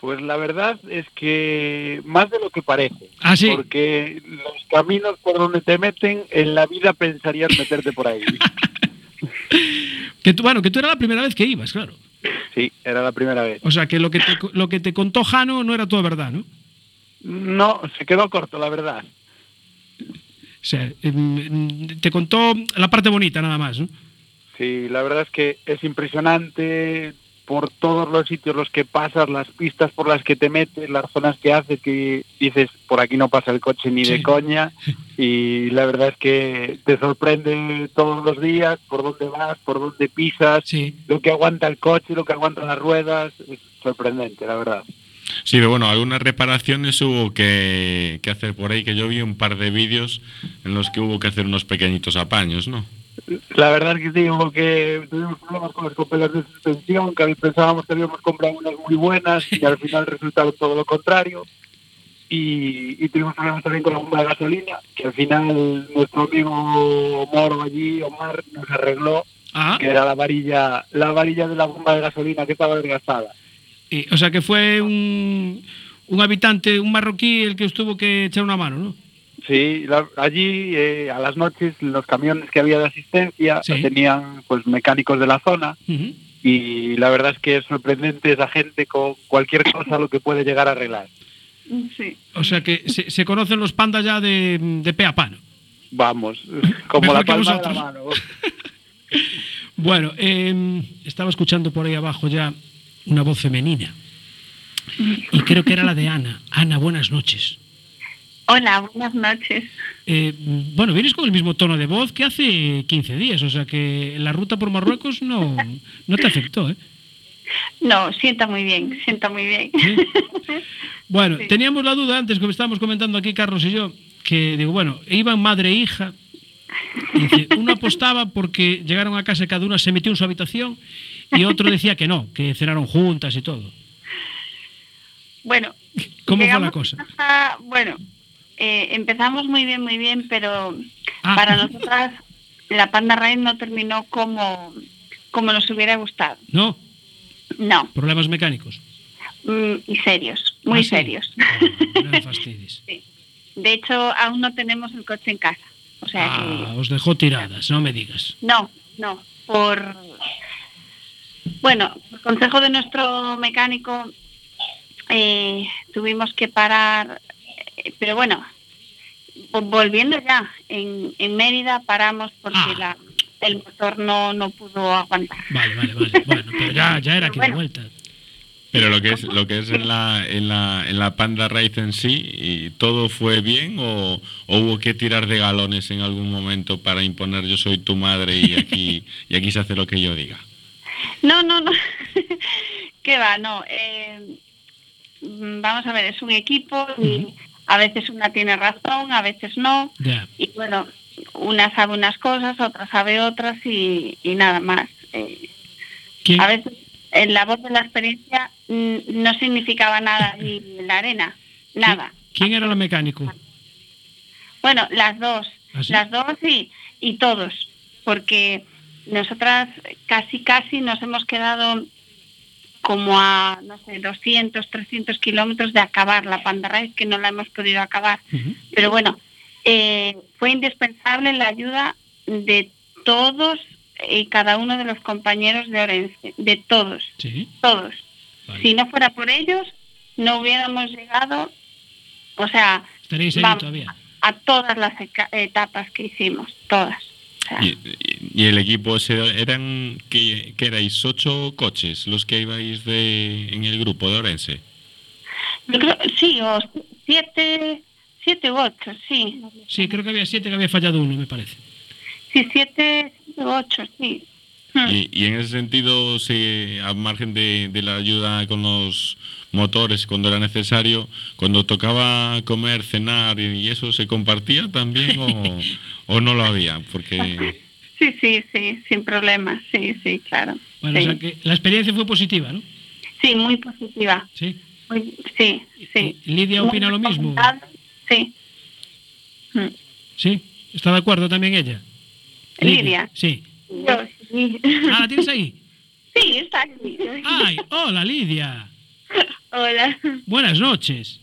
S11: Pues la verdad es que más de lo que parece.
S2: Ah, sí.
S11: Porque los caminos por donde te meten, en la vida pensarías meterte por ahí.
S2: [laughs] Que tú, bueno, que tú era la primera vez que ibas, claro.
S11: Sí, era la primera vez.
S2: O sea, que lo que te, [laughs] lo que te contó Jano no era toda verdad, ¿no?
S11: No, se quedó corto, la verdad.
S2: O sea, em, em, te contó la parte bonita nada más, ¿no?
S11: Sí, la verdad es que es impresionante por todos los sitios los que pasas, las pistas por las que te metes, las zonas que haces, que dices, por aquí no pasa el coche ni
S2: Sí.
S11: de
S2: [laughs]
S11: coña, y la verdad es que te sorprende todos los días por dónde vas, por dónde pisas,
S2: Sí.
S11: lo que aguanta el coche, lo que aguantan las ruedas, es sorprendente, la verdad.
S3: Sí, pero bueno, algunas reparaciones hubo que, que hacer por ahí, que yo vi un par de vídeos en los que hubo que hacer unos pequeñitos apaños, ¿no?
S11: La verdad es que sí, hubo que tuvimos problemas con las copelas de suspensión, que pensábamos que habíamos comprado unas muy buenas y al final resultaron todo lo contrario. Y, y tuvimos problemas también con la bomba de gasolina, que al final nuestro amigo Moro allí, Omar, nos arregló,
S2: Ah,
S11: que era la varilla, la varilla de la bomba de gasolina que estaba desgastada.
S2: y- o sea, que fue un, un habitante, un marroquí, el que os tuvo que echar una mano, ¿no?
S11: Sí, la- allí eh, a las noches los camiones que había de asistencia
S2: Sí.
S11: tenían pues mecánicos de la zona
S2: Ujú.
S11: y la verdad es que es sorprendente esa gente con cualquier cosa lo que puede llegar a arreglar.
S12: Sí.
S2: O sea, que se, se conocen los pandas ya de, de pe a pano.
S11: Vamos, como
S2: Mejor
S11: la
S2: que
S11: palma de la
S2: vosotros.
S11: mano.
S2: Bueno, eh, estaba escuchando por ahí abajo ya una voz femenina. Y creo que era la de Ana. Ana, buenas noches.
S12: Hola, buenas noches.
S2: Eh, bueno, vienes con el mismo tono de voz que hace 15 días, o sea que la ruta por Marruecos no, no te afectó. ¿eh?
S12: No, sienta muy bien, sienta muy bien.
S2: Sí. Bueno,
S12: Sí.
S2: teníamos la duda antes, como estábamos comentando aquí Carlos y yo, que digo, bueno, iban madre e hija. y dice, uno apostaba porque llegaron a casa y cada una se metió en su habitación y otro decía que no, que cenaron juntas y todo.
S12: Bueno,
S2: ¿Cómo fue la
S12: llegamos
S2: cosa?
S12: a casa- bueno, eh, empezamos muy bien, muy bien, pero
S2: Ah.
S12: para nosotras la Panda Raid no terminó como, como nos hubiera gustado.
S2: No,
S12: No,
S2: problemas mecánicos.
S12: mm, y serios, muy
S2: Ah, sí.
S12: serios.
S2: Ah, no me fastidies.
S12: De hecho, aún no tenemos el coche en casa. O sea
S2: Ah,
S12: que
S2: os dejó tiradas, no me digas.
S12: no, no, por bueno, por consejo de nuestro mecánico eh, tuvimos que parar, eh, pero bueno, vo- volviendo ya en, en Mérida paramos porque
S2: Ah.
S12: la- el motor no no pudo aguantar.
S2: Vale, vale, vale. Bueno, pero ya, ya era
S12: Pero
S2: que de
S12: bueno.
S2: vuelta.
S3: Pero lo que es, lo que es en, la, en, la, en la Panda Raid en sí, ¿y ¿todo fue bien o, o hubo que tirar de galones en algún momento para imponer yo soy tu madre y aquí, y aquí se hace lo que yo diga?
S12: No, no, [laughs] no. ¿Qué va? No. eh, mm, vamos a ver, es un equipo y a veces una tiene razón, a veces no.
S2: Ya.
S12: Y bueno, una sabe unas cosas, otra sabe otras y, y nada más. Eh,
S2: ¿Quién?
S12: a veces en la voz de la experiencia mm, no significaba nada ni la arena, nada.
S2: ¿Quién era el mecánico?
S12: Bueno, las dos,
S2: ¿Ah, sí?
S12: las dos y, y todos, porque nosotras casi, casi nos hemos quedado como a, no sé, 200, 300 kilómetros de acabar la Panda Race, que no la hemos podido acabar. Pero bueno, eh, fue indispensable la ayuda de todos y cada uno de los compañeros de Orense, de todos,
S2: Sí.
S12: todos.
S2: Vale.
S12: Si no fuera por ellos, no hubiéramos llegado, o sea,
S2: Estaréis ahí
S12: vamos,
S2: todavía.
S12: a todas las eca- etapas que hicimos, todas. O sea,
S3: Y, y- y el equipo ese eran que, que erais ocho coches los que ibais de, en el grupo de Orense.
S12: yo creo, sí, o siete, siete u ocho, sí.
S2: Sí, creo que había siete que había fallado uno, me parece.
S12: Sí, siete u ocho, sí. Hmm.
S3: Y, y en ese sentido, se, a margen de, de la ayuda con los motores cuando era necesario, cuando tocaba comer, cenar y, y eso, ¿se compartía también
S2: [laughs]
S3: o, o no lo había? Porque
S12: Sí, sí, sí, sin problemas, sí, sí, claro.
S2: Bueno,
S12: sí.
S2: o sea que la experiencia fue positiva, ¿no?
S12: Sí, muy positiva.
S2: Sí.
S12: muy- sí, sí.
S2: ¿Lidia
S12: Muy
S2: opina lo mismo?
S12: recomendable, Sí. Mm,
S2: Sí. ¿Está de acuerdo también ella?
S12: Lidia.
S2: Sí.
S12: Yo, sí.
S2: Ah, ¿la tienes ahí?
S12: Sí, está aquí.
S2: ¡Ay! ¡Hola, Lidia!
S12: [laughs] Hola,
S2: Buenas noches.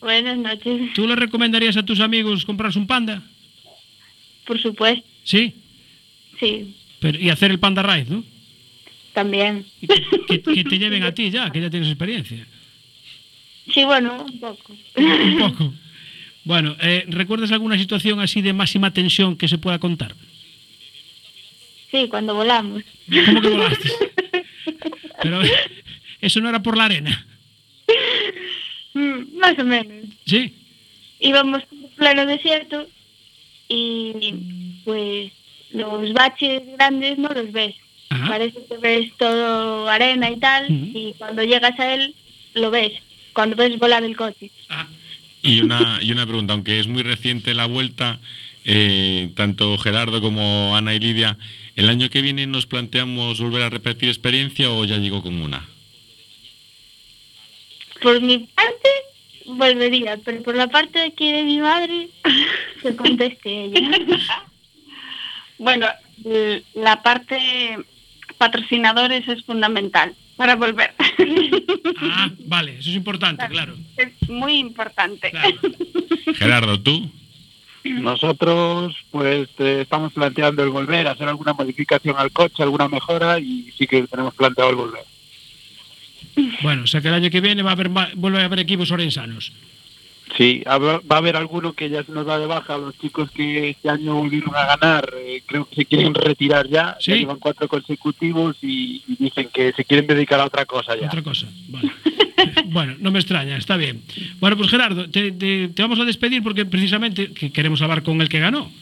S12: buenas noches.
S2: ¿Tú le recomendarías a tus amigos comprarse un panda?
S12: Por supuesto,
S2: Sí.
S12: sí,
S2: Pero, y hacer el panda raid, ¿no?
S12: también.
S2: Y Que, que- que te lleven a ti ya, que ya tienes experiencia.
S12: Sí, bueno, un poco.
S2: Un poco. Bueno, eh, ¿recuerdas alguna situación así de máxima tensión que se pueda contar?
S12: Sí, cuando volamos.
S2: ¿Cómo que volaste? Pero eh, eso no era por la arena,
S12: Mm, Más o menos.
S2: ¿sí?
S12: íbamos por un plano desierto y pues los baches grandes no los ves.
S2: Ajá.
S12: Parece que ves todo arena y tal
S2: Ujú.
S12: y cuando llegas a él lo ves, cuando ves volar el coche.
S2: Ah,
S3: y una, y una pregunta, aunque es muy reciente la vuelta, eh, tanto Gerardo como Ana y Lidia, ¿el año que viene nos planteamos volver a repetir experiencia o ya llegó con una?
S12: Por mi parte volvería, pero por la parte de aquí de mi [laughs] madre se conteste ella. bueno, la parte patrocinadores es fundamental para volver.
S2: ah, vale, eso es importante, claro.
S12: es muy importante.
S2: claro.
S3: Gerardo, ¿tú?
S11: Nosotros, pues, eh, estamos planteando el volver, hacer alguna modificación al coche, alguna mejora, y sí que tenemos planteado el volver.
S2: Bueno, o sea que el año que viene va a haber ma- vuelve a haber equipos orensanos.
S11: Sí, habrá- va a haber alguno que ya se nos da de baja, los chicos que este año volvieron a ganar, eh, creo que se quieren retirar ya,
S2: Sí.
S11: ya llevan cuatro consecutivos y, y dicen que se quieren dedicar a otra cosa ya.
S2: Otra cosa, vale. Bueno, no me extraña, está bien. Bueno, pues Gerardo, te, te- te vamos a despedir porque precisamente que queremos hablar con el que ganó.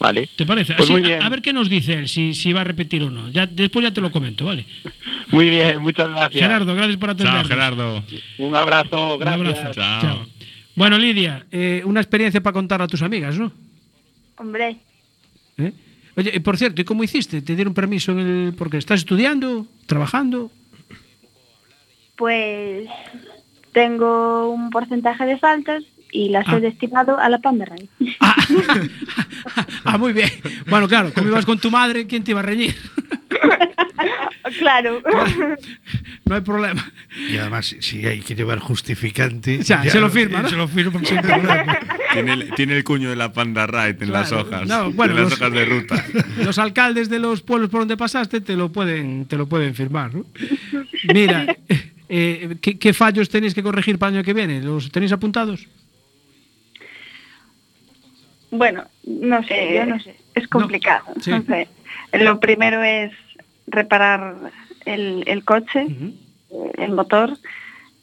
S11: Vale,
S2: ¿Te parece?
S11: Pues
S2: Así,
S11: muy
S2: a-
S11: bien.
S2: A, ver qué nos dice él, si, si va a repetir o no. Ya, después ya te lo comento, ¿vale?
S11: muy bien, muchas gracias.
S2: Gerardo, gracias por
S3: Chao,
S2: atendernos.
S3: Gerardo.
S11: Un abrazo,
S2: Un
S11: gracias.
S2: abrazo.
S3: Chao.
S2: Bueno, Lidia, eh, una experiencia para contar a tus amigas, ¿no?
S5: Hombre,
S2: ¿Eh? Oye, y por cierto, ¿y cómo hiciste? ¿Te dieron permiso en el... porque estás estudiando, trabajando?
S5: pues tengo un porcentaje de faltas y las
S2: Ah.
S5: he destinado a la Panda Race.
S2: Ah, ah, muy bien. Bueno, claro, como ibas con tu madre, ¿quién te iba a reñir?
S5: claro.
S2: No hay problema.
S4: [laughs] Y además, si- si hay que llevar justificante.
S2: Ya, se lo firma, ¿no?
S4: Se lo firma sin problema.
S8: Tiene el, tiene el cuño de la panda ride en las
S2: Claro.
S8: hojas.
S2: No, bueno,
S8: en las
S2: los-
S8: hojas de ruta.
S2: Los alcaldes de los pueblos por donde pasaste te lo pueden, te lo pueden firmar, ¿no? Mira, eh, ¿qué, qué fallos tenéis que corregir para el año que viene? ¿Los tenéis apuntados?
S5: Bueno, no sé, yo no sé. Es complicado.
S2: sí.
S5: no sé. Lo primero es reparar el, el coche, eh, el motor,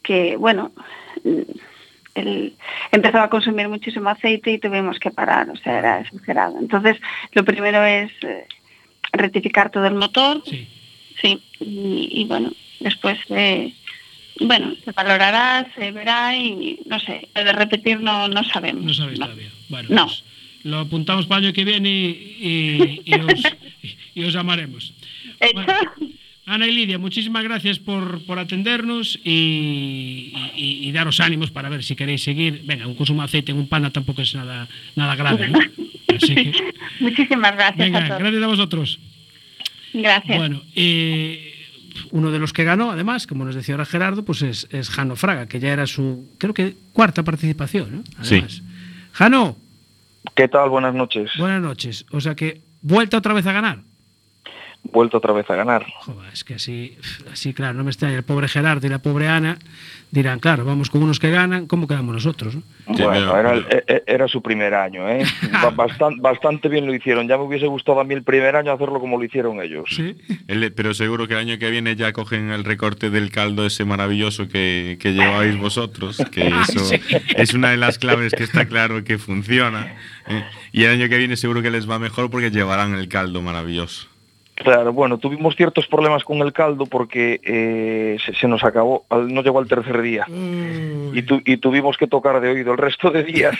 S5: que bueno, mm, el- empezaba a consumir muchísimo aceite y tuvimos que parar, o sea, era exagerado. Entonces, lo primero es eh, rectificar todo el motor,
S2: Sí.
S5: sí, y, y, bueno, después eh, bueno, se valorará, se verá y no sé, lo de repetir no, no sabemos.
S2: No sabéis
S5: no.
S2: todavía. Bueno,
S5: No.
S2: pues lo apuntamos para el año que viene y, y- y os, y os llamaremos. Bueno,
S5: Hecho.
S2: Ana y Lidia, muchísimas gracias por, por atendernos y, y- y daros ánimos para ver si queréis seguir. Venga, un consumo de aceite en un pana tampoco es nada, nada grave. ¿no? Así que,
S5: Muchísimas gracias
S2: venga,
S5: a todos.
S2: gracias a vosotros.
S5: Gracias.
S2: Bueno, eh, uno de los que ganó, además, como nos decía ahora Gerardo, pues es, es Jano Fraga, que ya era su, creo que, cuarta participación, ¿no? Además.
S3: Sí.
S2: Jano,
S13: ¿Qué tal? Buenas noches.
S2: buenas noches. O sea que, vuelta otra vez a ganar.
S13: Vuelto otra vez a ganar.
S2: Joder, es que así, así, claro, no me extraña. El pobre Gerardo y la pobre Ana dirán, claro, vamos con unos que ganan, ¿cómo quedamos nosotros? no?
S14: Sí,
S13: Bueno,
S14: pero-
S13: era, el- e- e- era su primer año,
S2: [laughs]
S13: ¿eh? Ba- Bastan- bastante bien lo hicieron. Ya me hubiese gustado a mí el primer año hacerlo como lo hicieron ellos.
S2: Sí.
S3: El- pero seguro que el año que viene ya cogen el recorte del caldo ese maravilloso que, que lleváis vosotros,
S15: [laughs]
S3: que
S15: Ah,
S3: eso es una de las claves que está claro que funciona. ¿eh? Y el año que viene seguro que les va mejor porque llevarán el caldo maravilloso.
S13: Claro, bueno, tuvimos ciertos problemas con el caldo porque eh, se, se nos acabó, al- no llegó al tercer día.
S2: Mm.
S13: Y, tu- y tuvimos que tocar de oído el resto de
S2: [laughs]
S13: días.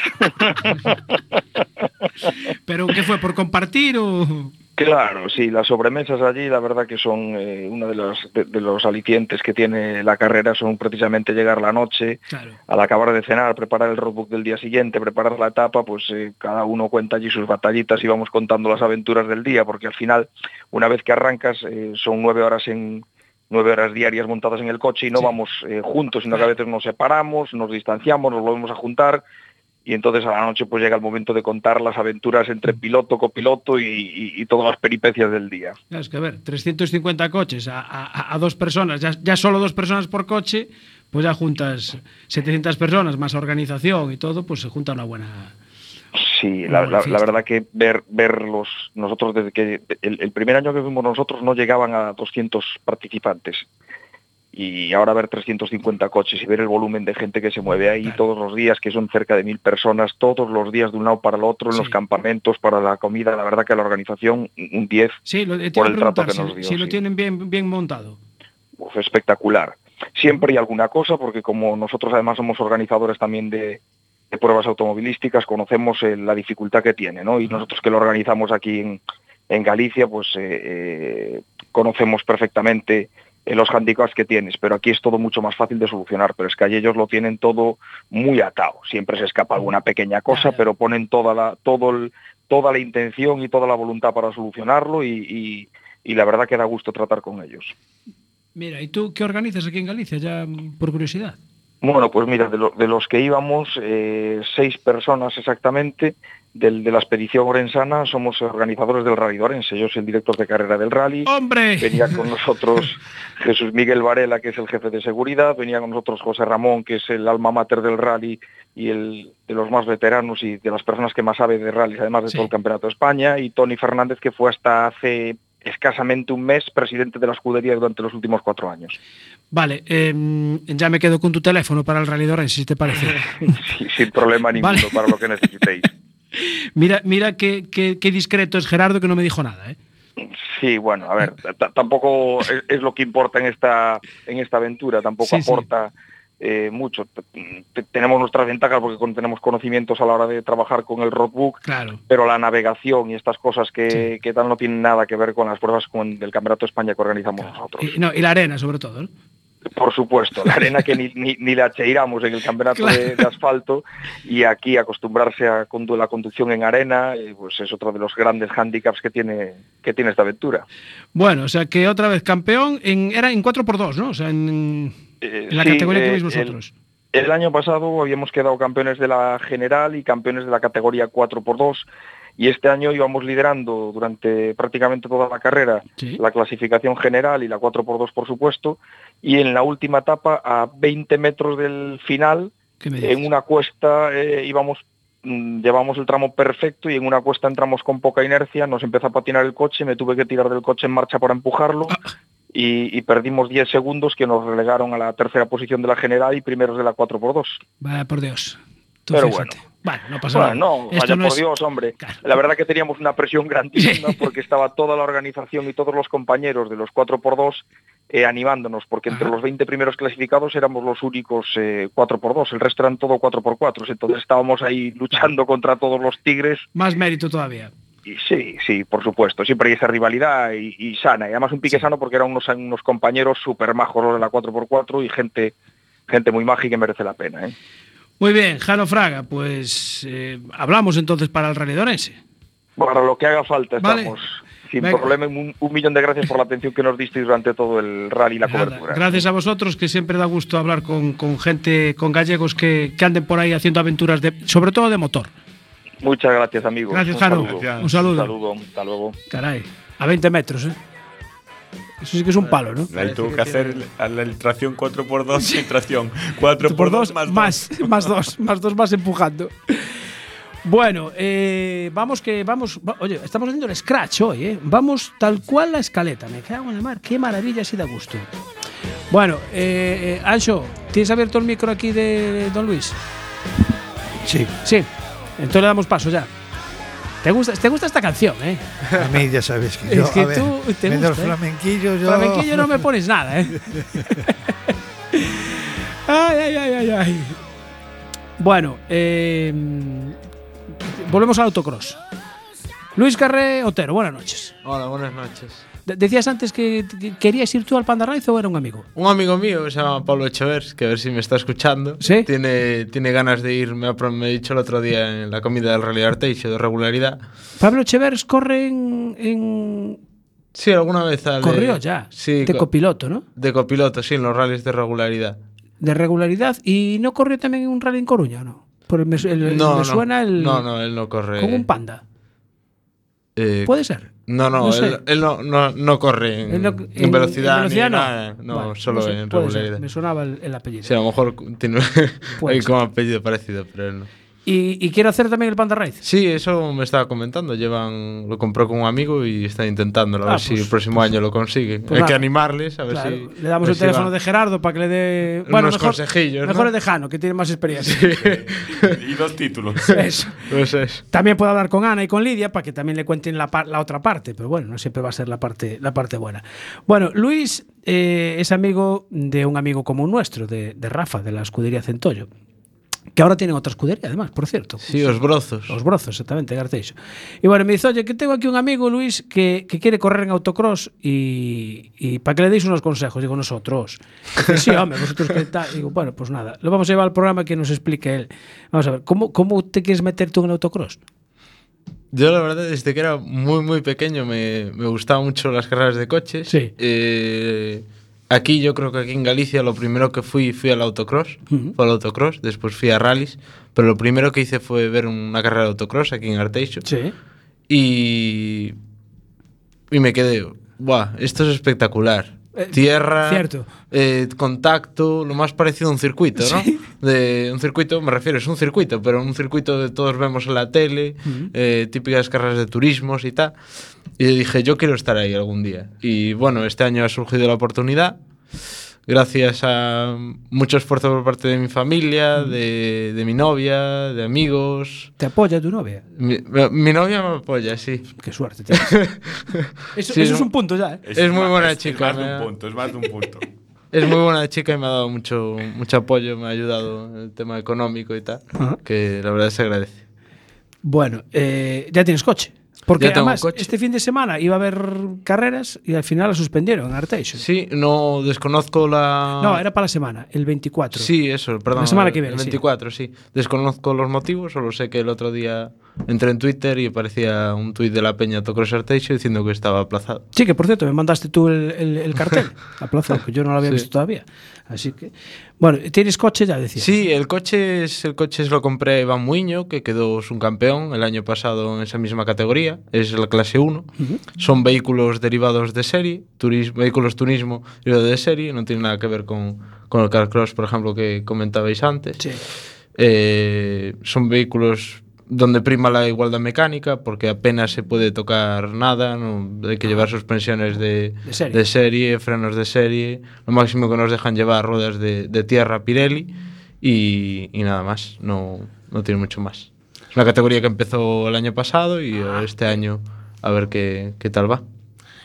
S2: ¿Pero qué fue? ¿Por compartir o...?
S13: Claro, sí, las sobremesas allí la verdad que son eh, uno de los, de- de los alicientes que tiene la carrera, son precisamente llegar la noche,
S2: Claro.
S13: al acabar de cenar, preparar el roadbook del día siguiente, preparar la etapa, pues eh, cada uno cuenta allí sus batallitas y vamos contando las aventuras del día, porque al final, una vez que arrancas, eh, son nueve horas en nueve horas diarias montadas en el coche y no vamos eh, juntos, sino que a veces nos separamos, nos distanciamos, nos volvemos a juntar y entonces a la noche pues llega el momento de contar las aventuras entre piloto, copiloto y, y- y todas las peripecias del día.
S2: Claro, es que a ver, 350 coches a, a- a dos personas, ya, ya solo dos personas por coche, pues ya juntas 700 personas más organización y todo, pues se junta una buena...
S13: Sí, la,
S2: Una buena
S13: la- la
S2: fiesta.
S13: verdad que ver verlos, nosotros desde que el, el primer año que fuimos nosotros no llegaban a 200 participantes. Y ahora ver 350 coches y ver el volumen de gente que se mueve ahí todos los días, que son cerca de mil personas, todos los días de un lado para el otro, en los
S2: Sí.
S13: campamentos, para la comida, la verdad que la organización, un 10,
S2: Sí, lo, eh, te
S13: Por
S2: iba a
S13: el trato
S2: preguntar
S13: que
S2: si-
S13: nos dio,
S2: si, lo
S13: sí.
S2: tienen bien, bien montado.
S13: Uf, pues, espectacular. Siempre hay alguna cosa, porque como nosotros además somos organizadores también de, de pruebas automovilísticas, conocemos eh, la dificultad que tiene, ¿no? Y nosotros que lo organizamos aquí en, en Galicia, pues eh, eh, conocemos perfectamente eh, los handicaps que tienes, pero aquí es todo mucho más fácil de solucionar, pero es que allí ellos lo tienen todo muy atado, siempre se escapa alguna pequeña cosa,
S2: Claro.
S13: pero ponen toda la, todo el- toda la intención y toda la voluntad para solucionarlo y- y- y la verdad que da gusto tratar con ellos.
S2: Mira, ¿y tú qué organizas aquí en Galicia, ya mm, por curiosidad?
S13: Bueno, pues mira, de, lo- de los que íbamos, eh, seis personas exactamente, del, de la expedición orensana, somos organizadores del Rally de Orense. Yo soy el director de carrera del rally.
S2: ¡Hombre!
S13: Venía
S2: [laughs]
S13: con nosotros Jesús Miguel Varela, que es el jefe de seguridad. Venía con nosotros José Ramón, que es el alma mater del rally y el de los más veteranos y de las personas que más sabe de rally, además de
S2: Sí.
S13: todo el Campeonato de España. Y Tony Fernández, que fue hasta hace escasamente un mes presidente de la escudería durante los últimos cuatro años.
S2: Vale, em, ya me quedo con tu teléfono para el rally de Orense, si
S13: [laughs]
S2: te parece.
S13: Sí, sin problema ninguno
S2: Vale.
S13: para lo que necesitéis.
S2: Mira, mira qué, qué- qué discreto es Gerardo que no me dijo nada, ¿eh?
S13: Sí, bueno, a ver, t- tampoco es, es lo que importa en esta en esta aventura, tampoco
S2: Sí, sí.
S13: aporta eh, mucho. T- t- Tenemos nuestras ventajas porque con- tenemos conocimientos a la hora de trabajar con el roadbook,
S2: Claro.
S13: pero la navegación y estas cosas que, que tal no tienen nada que ver con las pruebas con- del Campeonato de España que organizamos nosotros.
S2: Y, no, y la arena, sobre todo, ¿no?
S13: Por supuesto, la arena que
S2: [laughs]
S13: ni, ni- ni la cheiramos en el Campeonato de, de Asfalto y aquí acostumbrarse a condu- la conducción en arena, eh, pues es otro de los grandes hándicaps que tiene, que tiene esta aventura.
S2: Bueno, o sea que otra vez campeón en, era en 4x2, ¿no? O sea, en,
S13: Eh,
S2: en la
S13: sí,
S2: categoría que
S13: eh,
S2: veis
S13: el-
S2: vosotros.
S13: El, año pasado habíamos quedado campeones de la general y campeones de la categoría 4x2 y este año íbamos liderando durante prácticamente toda la carrera
S2: Sí.
S13: la clasificación general y la 4x2 por supuesto y en la última etapa a 20 metros del final
S2: ¿Qué me dices?
S13: en una cuesta eh, íbamos mm, llevamos el tramo perfecto y en una cuesta entramos con poca inercia, nos empezó a patinar el coche, me tuve que tirar del coche en marcha para empujarlo
S2: Ah.
S13: y, y perdimos 10 segundos que nos relegaron a la tercera posición de la general y primeros de la 4x2.
S2: Vaya, por Dios. Tú
S13: Pero
S2: fíjate. Bueno, no pasa
S13: Bueno,
S2: nada.
S13: no, vaya
S2: Esto no
S13: por
S2: es-
S13: Dios, hombre.
S2: Claro.
S13: La verdad que teníamos una presión grandísima porque estaba toda la organización y todos los compañeros de los 4x2 eh, animándonos, porque entre
S2: Ajá.
S13: los 20 primeros clasificados éramos los únicos eh, 4x2, el resto eran todo 4x4, entonces estábamos ahí luchando contra todos los tigres
S2: Más mérito todavía.
S13: y sí, sí, por supuesto, siempre hay esa rivalidad y, y sana, y además un pique sano porque eran unos, unos compañeros súper majos los de la 4x4 y gente, gente muy maja y que merece la pena. ¿eh?
S2: Muy bien, Jano Fraga, pues eh, hablamos entonces para el rally de Orense.
S13: Para lo que haga falta
S2: Vale.
S13: estamos. Sin
S2: Venga.
S13: problema, un, un millón de gracias por la atención que nos disteis durante todo el rally y la cobertura.
S2: Gracias a vosotros, que siempre da gusto hablar con, con gente, con gallegos que, que anden por ahí haciendo aventuras, de, sobre todo de motor.
S13: Muchas gracias, amigos.
S2: Gracias,
S13: un
S2: Jaro.
S13: saludo.
S2: Gracias. Un saludo.
S13: Hasta luego.
S2: Caray, a 20 metros, ¿eh? Eso sí que es un palo, ¿no?
S3: Ahí tuvo que hacer la, la tracción 4x2 y tracción 4x2
S2: por dos,
S3: más,
S2: más, más dos, más dos más empujando. Bueno, eh, vamos que vamos. va- oye, estamos haciendo el scratch hoy, ¿eh? Vamos tal cual la escaleta. Me [laughs] cago en la mar. Qué maravilla, si da gusto. Bueno, eh, eh, Ancho, ¿tienes abierto el micro aquí de Don Luis?
S4: Sí.
S2: Sí. Entonces le damos paso ya. ¿Te gusta, te gusta esta canción, eh?
S4: A mí ya sabes que yo.
S2: es que
S4: a ver,
S2: tú te
S4: menos
S2: gusta. ¿eh?
S4: flamenquillo, yo.
S2: Flamenquillo no me pones
S4: [laughs]
S2: nada, ¿eh? ay, ay, ay, ay, ay. Bueno, eh, volvemos al autocross. Luis Carré Otero, buenas noches.
S15: Hola, buenas noches.
S2: De- decías antes que, que querías ir tú al Panda Raiz o era un amigo.
S15: Un amigo mío que se llama Pablo Echevers, que a ver si me está escuchando. Tiene, tiene ganas de ir, me ha, pro- me ha dicho el otro día en la comida del Rally Arteixo de regularidad.
S2: Pablo Chevers corre en. en-
S15: Sí, alguna vez al.
S2: Corrió ya,
S15: Sí.
S2: de
S15: co-
S2: copiloto, ¿no?
S15: De copiloto, sí, en los rallies de regularidad.
S2: de regularidad y no corrió también en un rally en Coruña, ¿o ¿no? Por el, me, su- el-
S15: no,
S2: me
S15: no.
S2: suena el.
S15: No, no, él no corre.
S2: Con un panda.
S15: Eh,
S2: ¿Puede ser?
S15: No, no,
S2: No sé.
S15: él, él no, no, no corre en,
S2: Él no-
S15: en velocidad. ni
S2: no.
S15: nada, no,
S2: Vale,
S15: solo
S2: sé,
S15: en
S2: puede ser,
S15: regularidad.
S2: Me sonaba el, el apellido.
S15: Sí, a lo mejor tiene [laughs]
S2: Puede
S15: hay
S2: ser.
S15: como apellido parecido, pero él no.
S2: Y, y quiere hacer también el Panda Raid.
S15: Sí, eso me estaba comentando. Llevan, lo compró con un amigo y está intentándolo. A
S2: Ah,
S15: ver si el próximo año lo consigue.
S2: Pues
S15: Hay
S2: nada.
S15: que animarles a ver
S2: Claro,
S15: si.
S2: Le damos
S15: a ver
S2: el
S15: si
S2: teléfono
S15: van.
S2: de Gerardo para que le dé. Bueno,
S15: Unos
S2: mejor,
S15: consejillos, ¿no?
S2: mejor el de Jano, que tiene más experiencia.
S3: [laughs] y dos títulos.
S15: [laughs]
S2: Eso.
S15: Pues es.
S2: También puedo hablar con Ana y con Lidia para que también le cuenten la, par- la otra parte, pero bueno, no siempre va a ser la parte, la parte buena. Bueno, Luis eh, es amigo de un amigo común nuestro, de, de Rafa, de la escudería Centollo, que ahora tienen otra escudería, además, por cierto.
S15: Sí, os brozos.
S2: Os brozos, exactamente, Garteixo. Y bueno, me dice, oye, que tengo aquí un amigo, Luis, que, que quiere correr en autocross y, y para que le deis unos consejos. Digo, nosotros. Dice, sí, hombre, vosotros qué tal. Digo, bueno, pues nada, lo vamos a llevar al programa que nos explique él. Vamos a ver, ¿cómo, cómo te quieres meter tú en el autocross?
S15: Yo, la verdad, desde que era muy, muy pequeño me, me gustaban mucho las carreras de coches. Eh, aquí, yo creo que aquí en Galicia, lo primero que fui, fui al autocross.
S2: Ujú.
S15: Fue al autocross, después fui a rallies. Pero lo primero que hice fue ver una carrera de autocross aquí en Arteixo.
S2: Sí.
S15: Y. Y me quedé. ¡Buah! Esto es espectacular.
S2: Eh,
S15: Tierra.
S2: cierto.
S15: eh, contacto, lo más parecido a un circuito, ¿no? De un circuito, me refiero, es un circuito, pero un circuito de todos vemos en la tele,
S2: Ujú.
S15: eh, típicas carreras de turismos y tal. Y yo dije, yo quiero estar ahí algún día. Y bueno, este año ha surgido la oportunidad. Gracias a mucho esfuerzo por parte de mi familia, de, de mi novia, de amigos.
S2: ¿Te apoya tu novia?
S15: Mi, mi novia me apoya, sí.
S2: Qué suerte.
S15: [laughs]
S2: Eso, eso es un punto ya, ¿eh?
S15: Es, muy buena chica.
S3: Es más
S15: me
S3: de
S15: ha-
S3: un punto, es más de un punto.
S15: es muy buena chica y me ha dado mucho, mucho apoyo, me ha ayudado en el tema económico y tal,
S2: Ajá.
S15: que la verdad se agradece.
S2: Bueno, eh, ya tienes coche. Porque
S15: Ya tengo
S2: además,
S15: coche.
S2: este fin de semana iba a haber carreras y al final la suspendieron en Arteixo.
S15: Sí, no desconozco la...
S2: No, era para la semana, el 24.
S15: Sí, eso, perdón.
S2: La semana
S15: el-
S2: que viene,
S15: El
S2: sí.
S15: 24, sí. Desconozco los motivos, solo sé que el otro día entré en Twitter y aparecía un tuit de la peña Tocros Arteixo diciendo que estaba aplazado.
S2: Sí, que por cierto, me mandaste tú el, el- el cartel aplazado, que yo no lo
S15: [laughs]
S2: había
S15: Sí.
S2: visto todavía. Así que, bueno, ¿tienes coche ya, decía?
S15: Sí, el coche es el coche se lo compré a Iván Muiño, que quedó subcampeón el año pasado en esa misma categoría, es la clase 1.
S2: Ujú.
S15: Son vehículos derivados de serie, turis- vehículos turismo derivados de serie, no tiene nada que ver con, con el Carcross, por ejemplo, que comentabais antes. Eh, son vehículos donde prima la igualdad mecánica, porque apenas se puede tocar nada, no- hay que llevar suspensiones de,
S2: De serie.
S15: serie, frenos de serie, lo máximo que nos dejan llevar ruedas de, de tierra Pirelli y, y nada más, no, no tiene mucho más. Es una categoría que empezó el año pasado y
S2: Ah.
S15: este año a ver qué, qué tal va.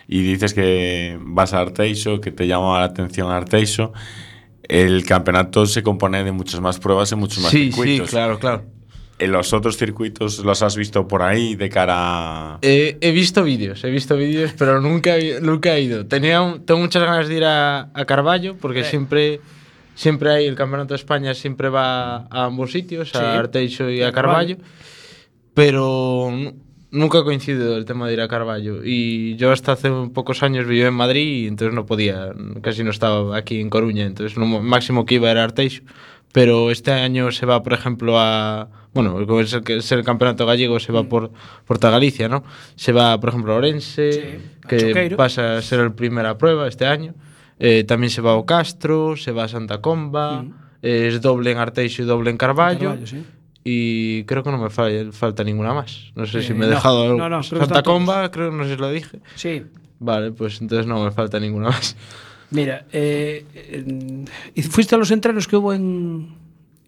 S3: y dices que vas a Arteixo, que te llama la atención Arteixo. El campeonato se compone de muchas más pruebas en muchos más
S15: Sí, sí,
S3: circuitos.
S15: claro, claro.
S3: ¿En los otros circuitos los has visto por ahí de cara a...
S15: Eh, he visto vídeos, he visto vídeos, pero nunca, he- nunca he ido. Tenía, un- tengo muchas ganas de ir a, a Carballo porque siempre, siempre hay el Campeonato de España, siempre va a ambos sitios, a
S2: Sí.
S15: Arteixo y a
S2: Carballo.
S15: Carballo. Pero nu- nunca ha coincidido el tema de ir a Carballo y yo hasta hace pocos años vivía en Madrid y entonces no podía, casi no estaba aquí en Coruña, entonces lo máximo que iba era Arteixo, pero este año se va, por ejemplo, a... Bueno, como es el, que es el campeonato gallego, se va por, por toda Galicia, ¿no? Se va, por ejemplo, a Orense, que
S2: Choqueiro.
S15: pasa a ser el primera prueba este año. Eh, también se va a Castro, se va a Santa Comba, eh, es doble en Arteixo y doble en Carballo.
S2: Mm. Carballo, sí.
S15: Y creo que no me falla- falta ninguna más. No sé si
S2: Eh,
S15: me he
S2: no,
S15: dejado algo.
S2: no, no, creo que
S15: Santa
S2: están todos.
S15: Comba, creo que no sé si lo dije.
S2: Sí.
S15: Vale, pues entonces no me falta ninguna más.
S2: Mira, eh, en- ¿y ¿fuiste a los entrenos que hubo en,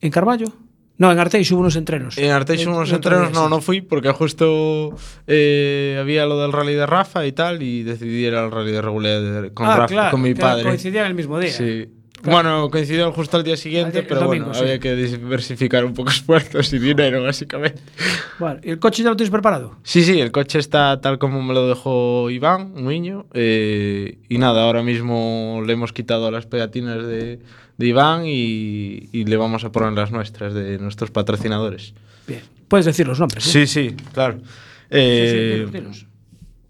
S2: en Carballo? No, en Arteixo hubo unos entrenos.
S15: En Arteixo
S2: El-
S15: unos
S2: el otro día,
S15: entrenos no,
S2: sí.
S15: no fui porque justo eh, había lo del rally de Rafa y tal y decidí ir al rally de Regulea de- con
S2: Ah,
S15: Rafa,
S2: claro,
S15: con mi
S2: claro,
S15: padre.
S2: coincidían el mismo día.
S15: Sí.
S2: Claro.
S15: Bueno, coincidió justo al día siguiente,
S2: el
S15: pero bueno,
S2: domingo, sí.
S15: había que diversificar un poco [laughs] esfuerzos y dinero, básicamente.
S2: Vale, ¿y ¿el coche ya lo tienes preparado?
S15: Sí, sí, el coche está tal como me lo dejó Iván, un niño. eh, y nada, ahora mismo le hemos quitado las pegatinas de, de Iván y, y le vamos a poner las nuestras, de nuestros patrocinadores.
S2: Puedes decir los nombres. ¿eh?
S15: Sí, sí, claro. Eh,
S2: Sí, sí, dilos, dilos.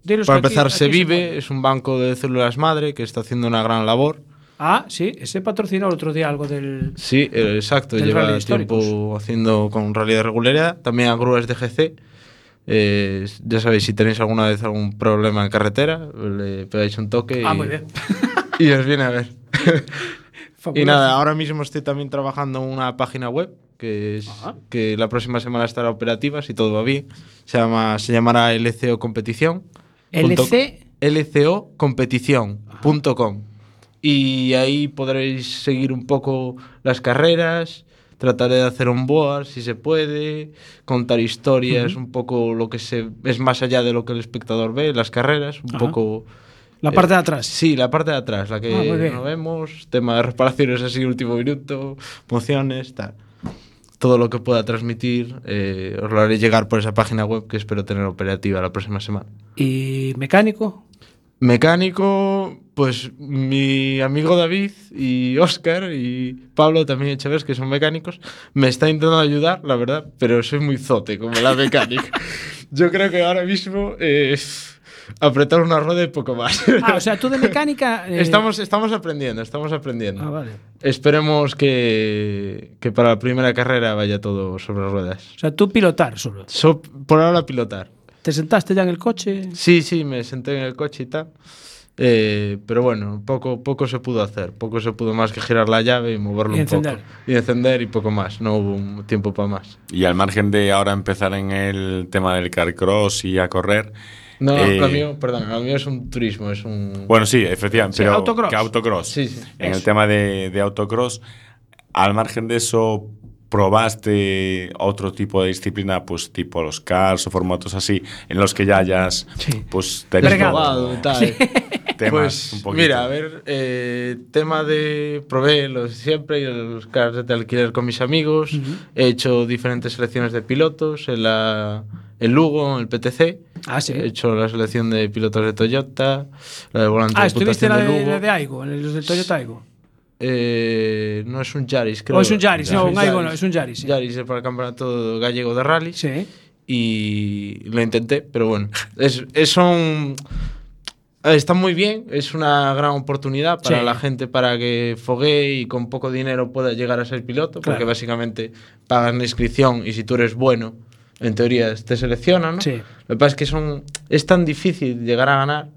S2: Dilos
S15: para
S2: que aquí-
S15: empezar,
S2: aquí
S15: Se
S2: se
S15: Vive es un banco de células madre que está haciendo una gran labor.
S2: Ah, sí, ese patrocinó el otro día algo del.
S15: Sí, eh, exacto.
S2: Del rally
S15: Lleva
S2: de históricos.
S15: tiempo haciendo con rally de regularidad. También a grúas de GC. Eh, ya sabéis, si tenéis alguna vez algún problema en carretera, le pegáis un toque
S2: Ah,
S15: y,
S2: muy bien.
S15: [laughs] y os viene a
S2: [laughs]
S15: ver. y
S2: Fabuloso.
S15: nada, ahora mismo estoy también trabajando en una página web que, es, que la próxima semana estará operativa, si todo va bien. Se, llama, se llamará LCO Competición.
S2: LC.
S15: LCO Competición.com. Y ahí podréis seguir un poco las carreras. Trataré de hacer un board si se puede, contar historias,
S2: Ujú.
S15: un poco lo que se es más allá de lo que el espectador ve, las carreras, un
S2: Ajá.
S15: poco
S2: La parte de
S15: atrás. Sí, la parte de atrás, la
S2: Ah, muy
S15: que
S2: bien.
S15: no vemos, tema de reparaciones así último minuto, mociones, tal. Todo lo que pueda transmitir eh, os lo haré llegar por esa página web que espero tener operativa la próxima semana.
S2: ¿Y mecánico?
S15: Mecánico, pues mi amigo David y Oscar y Pablo también Echeves, que son mecánicos, me está intentando ayudar, la verdad, pero soy muy zote como la
S2: [laughs]
S15: mecánica. Yo creo que ahora mismo eh, apretar una rueda y poco más.
S2: Ah, o sea, tú de
S15: [laughs]
S2: mecánica. eh,
S15: Estamos, estamos aprendiendo, estamos aprendiendo.
S2: Ah, vale.
S15: Esperemos que, que para la primera carrera vaya todo sobre ruedas.
S2: O sea, tú pilotar solo.
S15: So- por ahora pilotar.
S2: ¿Te sentaste ya en el coche?
S15: Sí, sí, me senté en el coche y tal. Eh, pero bueno, poco, poco se pudo hacer. Poco se pudo más que girar la llave y moverlo
S2: Y
S15: un poco.
S2: encender.
S15: Y encender y poco más. No hubo un tiempo para más.
S3: Y al margen de ahora empezar en el tema del carcross y a correr.
S15: No,
S3: eh,
S15: lo mío, perdón, lo mío es un turismo, es un...
S3: Bueno, sí, efectivamente.
S15: Sí,
S3: pero
S15: autocross.
S3: que autocross.
S15: Sí, sí.
S3: En el
S15: Eso.
S3: tema de, de autocross, al margen de eso, ¿probaste otro tipo de disciplina, pues tipo los cars o formatos así, en los que ya hayas pues, tenido
S15: Probado y tal.
S3: [laughs] temas
S15: Pues,
S3: un poquito?
S15: mira, a ver, eh, tema de probé los siempre y los cars de alquiler con mis amigos. He hecho diferentes selecciones de pilotos en la en Lugo, en el PTC.
S2: Ah, sí.
S15: He hecho la selección de pilotos de Toyota, la de volante
S2: Ah,
S15: de
S2: estuviste
S15: puntuación
S2: en la
S15: de
S2: de,
S15: Lugo.
S2: la de Aigo, en el del Toyota Aigo.
S15: Eh, no es un Yaris, creo.
S2: O Oh, es un Yaris, no, un Aigo no, es un
S15: Yaris. Yaris es para el campeonato gallego de rally.
S2: Sí.
S15: Y lo intenté, pero bueno. Es, es un. Está muy bien, es una gran oportunidad para
S2: Sí.
S15: la gente para que foguee y con poco dinero pueda llegar a ser piloto, porque
S2: Claro.
S15: básicamente pagan la inscripción y si tú eres bueno, en teoría te seleccionan, ¿no?
S2: Sí.
S15: Lo que pasa es que son, es tan difícil llegar a ganar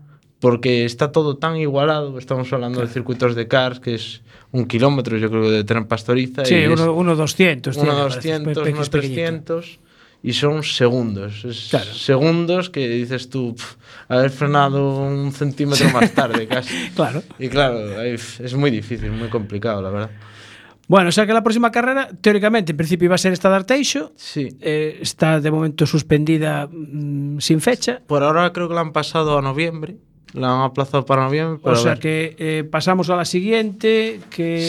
S15: porque está todo tan igualado. Estamos hablando de circuitos de cars, que es un kilómetro, yo creo que de tren pastoriza.
S2: Sí,
S15: y es
S2: uno, uno 200.
S15: uno
S2: tiene, me parece,
S15: 200,
S2: pe- pe-
S15: uno
S2: es pequeñito.
S15: 300. Y son segundos. es Segundos que dices tú, pf, haber frenado un centímetro más tarde casi.
S2: [laughs] Claro.
S15: Y claro, ahí, pf, es muy difícil, muy complicado, la verdad.
S2: Bueno, o sea que la próxima carrera, teóricamente, en principio iba a ser esta de Arteixo. Eh,
S15: Sí.
S2: está de momento suspendida mm, sin fecha.
S15: Por ahora creo que la han pasado a noviembre. La han aplazado para noviembre.
S2: O
S15: pero a
S2: sea
S15: ver.
S2: que eh, pasamos a la siguiente, que...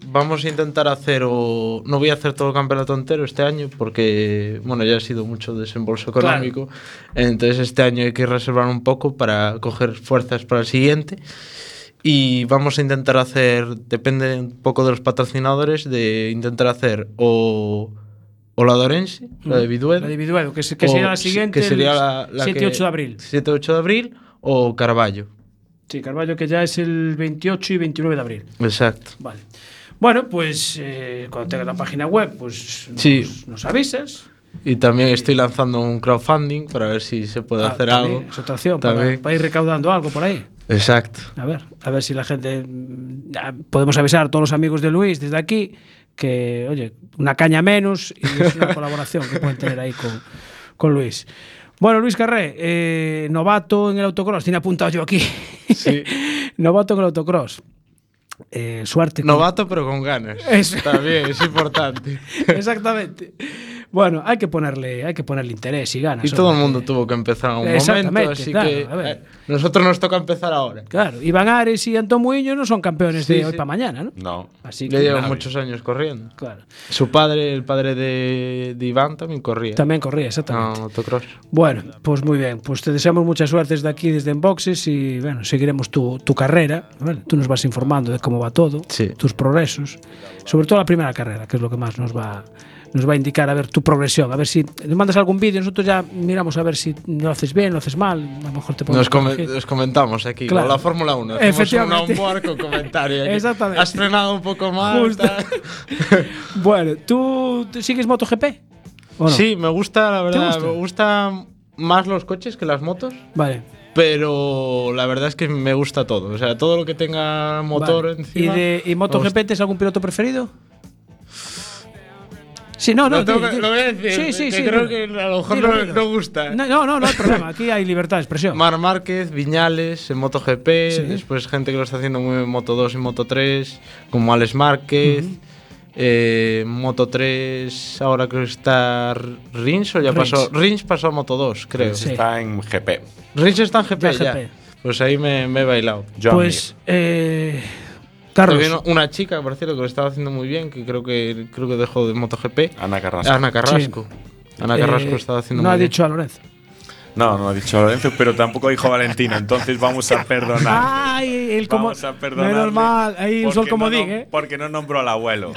S15: Sí, vamos a intentar hacer o no voy a hacer todo el campeonato entero este año porque bueno, ya ha sido mucho desembolso
S2: Claro.
S15: económico. Entonces este año hay que reservar un poco para coger fuerzas para el siguiente. Y vamos a intentar hacer, depende un poco de los patrocinadores, de intentar hacer o O la de Orense, la de Viduedo.
S2: Mm, La de Viduedo, que, se- que
S15: o
S2: sería la
S15: se-
S2: siguiente,
S15: Que sería
S2: el
S15: la, la
S2: 7 y
S15: que-
S2: 8 de abril.
S15: 7 y 8 de abril o Carballo.
S2: Sí, Carballo, que ya es el 28 y 29 de abril.
S15: Exacto.
S2: Vale. Bueno, pues eh, cuando tengas la página web, pues nos,
S15: Sí.
S2: nos avisas.
S15: Y también estoy lanzando un crowdfunding para ver si se puede
S2: Ah,
S15: hacer
S2: también,
S15: algo.
S2: Es otra opción para,
S15: También.
S2: para ir recaudando algo por ahí.
S15: Exacto.
S2: A ver, a ver si la gente. mm, ah, Podemos avisar a todos los amigos de Luis desde aquí que, oye, una caña menos y es una colaboración que pueden tener ahí con, con Luis. Bueno, Luis Carré, eh, novato en el autocross, tiene apuntado yo aquí. [laughs] novato en el autocross. Eh, suerte. con- [laughs]
S15: Novato pero con ganas.
S2: Eso.
S15: También es importante.
S2: Exactamente. Bueno, hay que ponerle, hay que ponerle interés y ganas.
S15: Y todo el
S2: hombre.
S15: mundo tuvo que empezar a un
S2: Exactamente,
S15: momento, así
S2: claro,
S15: que
S2: a ver.
S15: eh, nosotros nos toca empezar ahora.
S2: Claro, Iván Ares y Antón Muiño no son campeones
S15: Sí,
S2: de hoy
S15: sí.
S2: para mañana, ¿no? Así
S15: ya
S2: que-
S15: lleva
S2: Claro.
S15: muchos años corriendo.
S2: Claro.
S15: Su padre, el padre de, de Iván, también corría.
S2: También corría, exactamente.
S15: Ah, autocross.
S2: Bueno, pues muy bien. Pues te deseamos mucha suerte desde aquí, desde Enboxes, y bueno, seguiremos tu, tu carrera. ¿vale? Tú nos vas informando de cómo va todo, tus progresos, sobre todo la primera carrera, que es lo que más nos va nos va a indicar a ver tu progresión, a ver si nos mandas algún vídeo, nosotros ya miramos a ver si lo haces bien, lo haces mal, a lo mejor te podemos
S15: Nos, come-
S2: corregir.
S15: nos comentamos aquí,
S2: Claro.
S15: con la Fórmula 1. Hacemos un
S2: Efectivamente.
S15: onboard con comentario. aquí.
S2: Exactamente.
S15: Has frenado un poco más.
S2: Justo. bueno, ¿tú tú sigues MotoGP? ¿O no?
S15: Sí, me gusta, la verdad.
S2: gusta?
S15: Me gustan más los coches que las motos.
S2: Vale.
S15: Pero la verdad es que me gusta todo. O sea, todo lo que tenga motor
S2: Vale.
S15: encima.
S2: ¿Y, de, ¿Y
S15: me gusta.
S2: MotoGP tienes algún piloto preferido? Sí, no, no.
S15: Lo tengo
S2: di-
S15: que-
S2: di-
S15: lo voy a decir,
S2: Sí, sí,
S15: que
S2: sí.
S15: creo
S2: dilo.
S15: que a lo mejor
S2: Dilo,
S15: no-
S2: dilo.
S15: no gusta.
S2: No, no, no, no hay problema. Aquí hay libertad de expresión.
S15: Mar Márquez, Viñales en MotoGP,
S2: Sí.
S15: después gente que lo está haciendo muy bien en Moto 2 y Moto 3, como Alex Márquez. eh, Moto 3, ahora creo que está R- Rins o ya
S3: Rins.
S15: pasó. Rins pasó a Moto 2, creo.
S3: Rins está en GP.
S15: Rins está en GP,
S3: Ya
S15: ya.
S3: GP.
S15: Pues ahí me, me he bailado.
S2: pues, eh, Carlos.
S15: También una chica, por cierto, que lo estaba haciendo muy bien, que creo que creo que dejó de MotoGP.
S3: Ana Carrasco.
S15: Ana Carrasco. Ana Carrasco
S2: eh,
S15: estaba haciendo
S2: No
S15: muy
S2: ha
S15: bien.
S2: dicho a Lorenzo.
S3: No, no ha dicho Lorenzo, pero tampoco dijo Valentino, entonces vamos a perdonar.
S2: Ay, el como.
S3: Vamos a perdonarle,
S2: Menos mal, ahí el
S3: porque
S2: Ah, sol como
S3: no
S2: diga,
S3: nom-
S2: ¿eh?
S3: Porque no nombró al abuelo.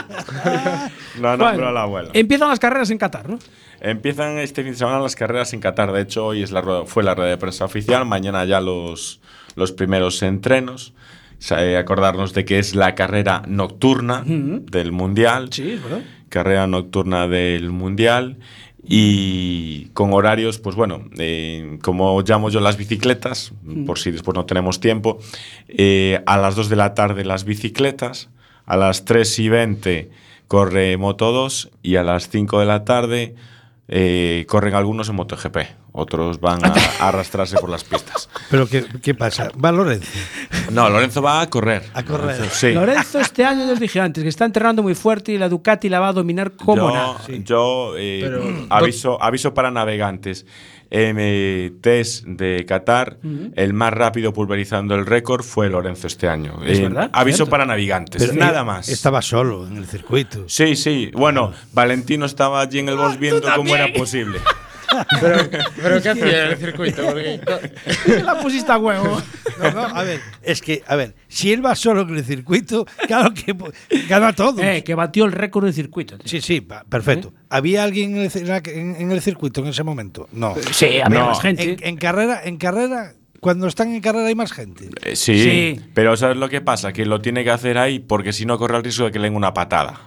S3: no nombró
S2: Bueno,
S3: al abuelo.
S2: Empiezan las carreras en Qatar, ¿no?
S3: Empiezan este fin de semana las carreras en Qatar. De hecho, hoy es la rueda- fue la rueda de prensa oficial. Mañana ya los, los primeros entrenos. O sea, eh, acordarnos de que es la carrera nocturna
S2: Ujú.
S3: del Mundial.
S2: Sí, es verdad.
S3: Carrera nocturna del Mundial. Y con horarios, pues bueno, eh, como llamo yo las bicicletas,
S16: Mm.
S3: por si después no tenemos tiempo, eh, a las 2 de la tarde las bicicletas, a las 3 y 20 corre Moto 2 y a las 5 de la tarde eh, corren algunos en MotoGP, otros van a, [laughs] a arrastrarse por las pistas.
S4: Pero ¿qué, qué pasa? ¿Va Lorenzo?
S3: [laughs] No, Lorenzo va a correr. A
S4: correr.
S3: sí.
S2: Lorenzo este año, ya os dije antes, que está entrenando muy fuerte y la Ducati la va a dominar como
S3: yo,
S2: nada.
S3: yo, eh, [clears throat]
S2: Pero-
S3: aviso, aviso para navegantes. En eh, test de Qatar,
S2: Ujú.
S3: el más rápido pulverizando el récord fue Lorenzo este año.
S4: Es
S3: Eh,
S4: verdad,
S3: aviso
S4: cierto.
S3: para navegantes,
S4: Pero eh, este
S3: nada
S4: él
S3: más.
S4: Estaba solo en el
S3: [laughs]
S4: circuito.
S3: Sí, sí. Bueno,
S4: Ah.
S3: Valentino estaba allí en el bosque viendo cómo era
S4: [laughs]
S3: posible.
S15: Pero ¿qué hacía
S3: eh,
S15: en el circuito?
S2: [laughs]
S15: Porque
S2: la pusiste
S15: [laughs]
S2: a huevo.
S4: No, no, a ver, es que, a ver, si él va solo en el circuito, claro que po- gana todo.
S2: Eh, que batió el récord del circuito. ¿Eh?
S4: Sí, sí, pa- perfecto. ¿Había alguien en el, cir- en- en el circuito en ese momento? No.
S2: Sí, había No. más gente.
S4: En, en carrera, en carrera, cuando están en carrera hay más gente.
S3: Eh, sí,
S4: Sí.
S3: pero ¿sabes lo que pasa? Que lo tiene que hacer ahí porque si no corre el riesgo de que le den una patada.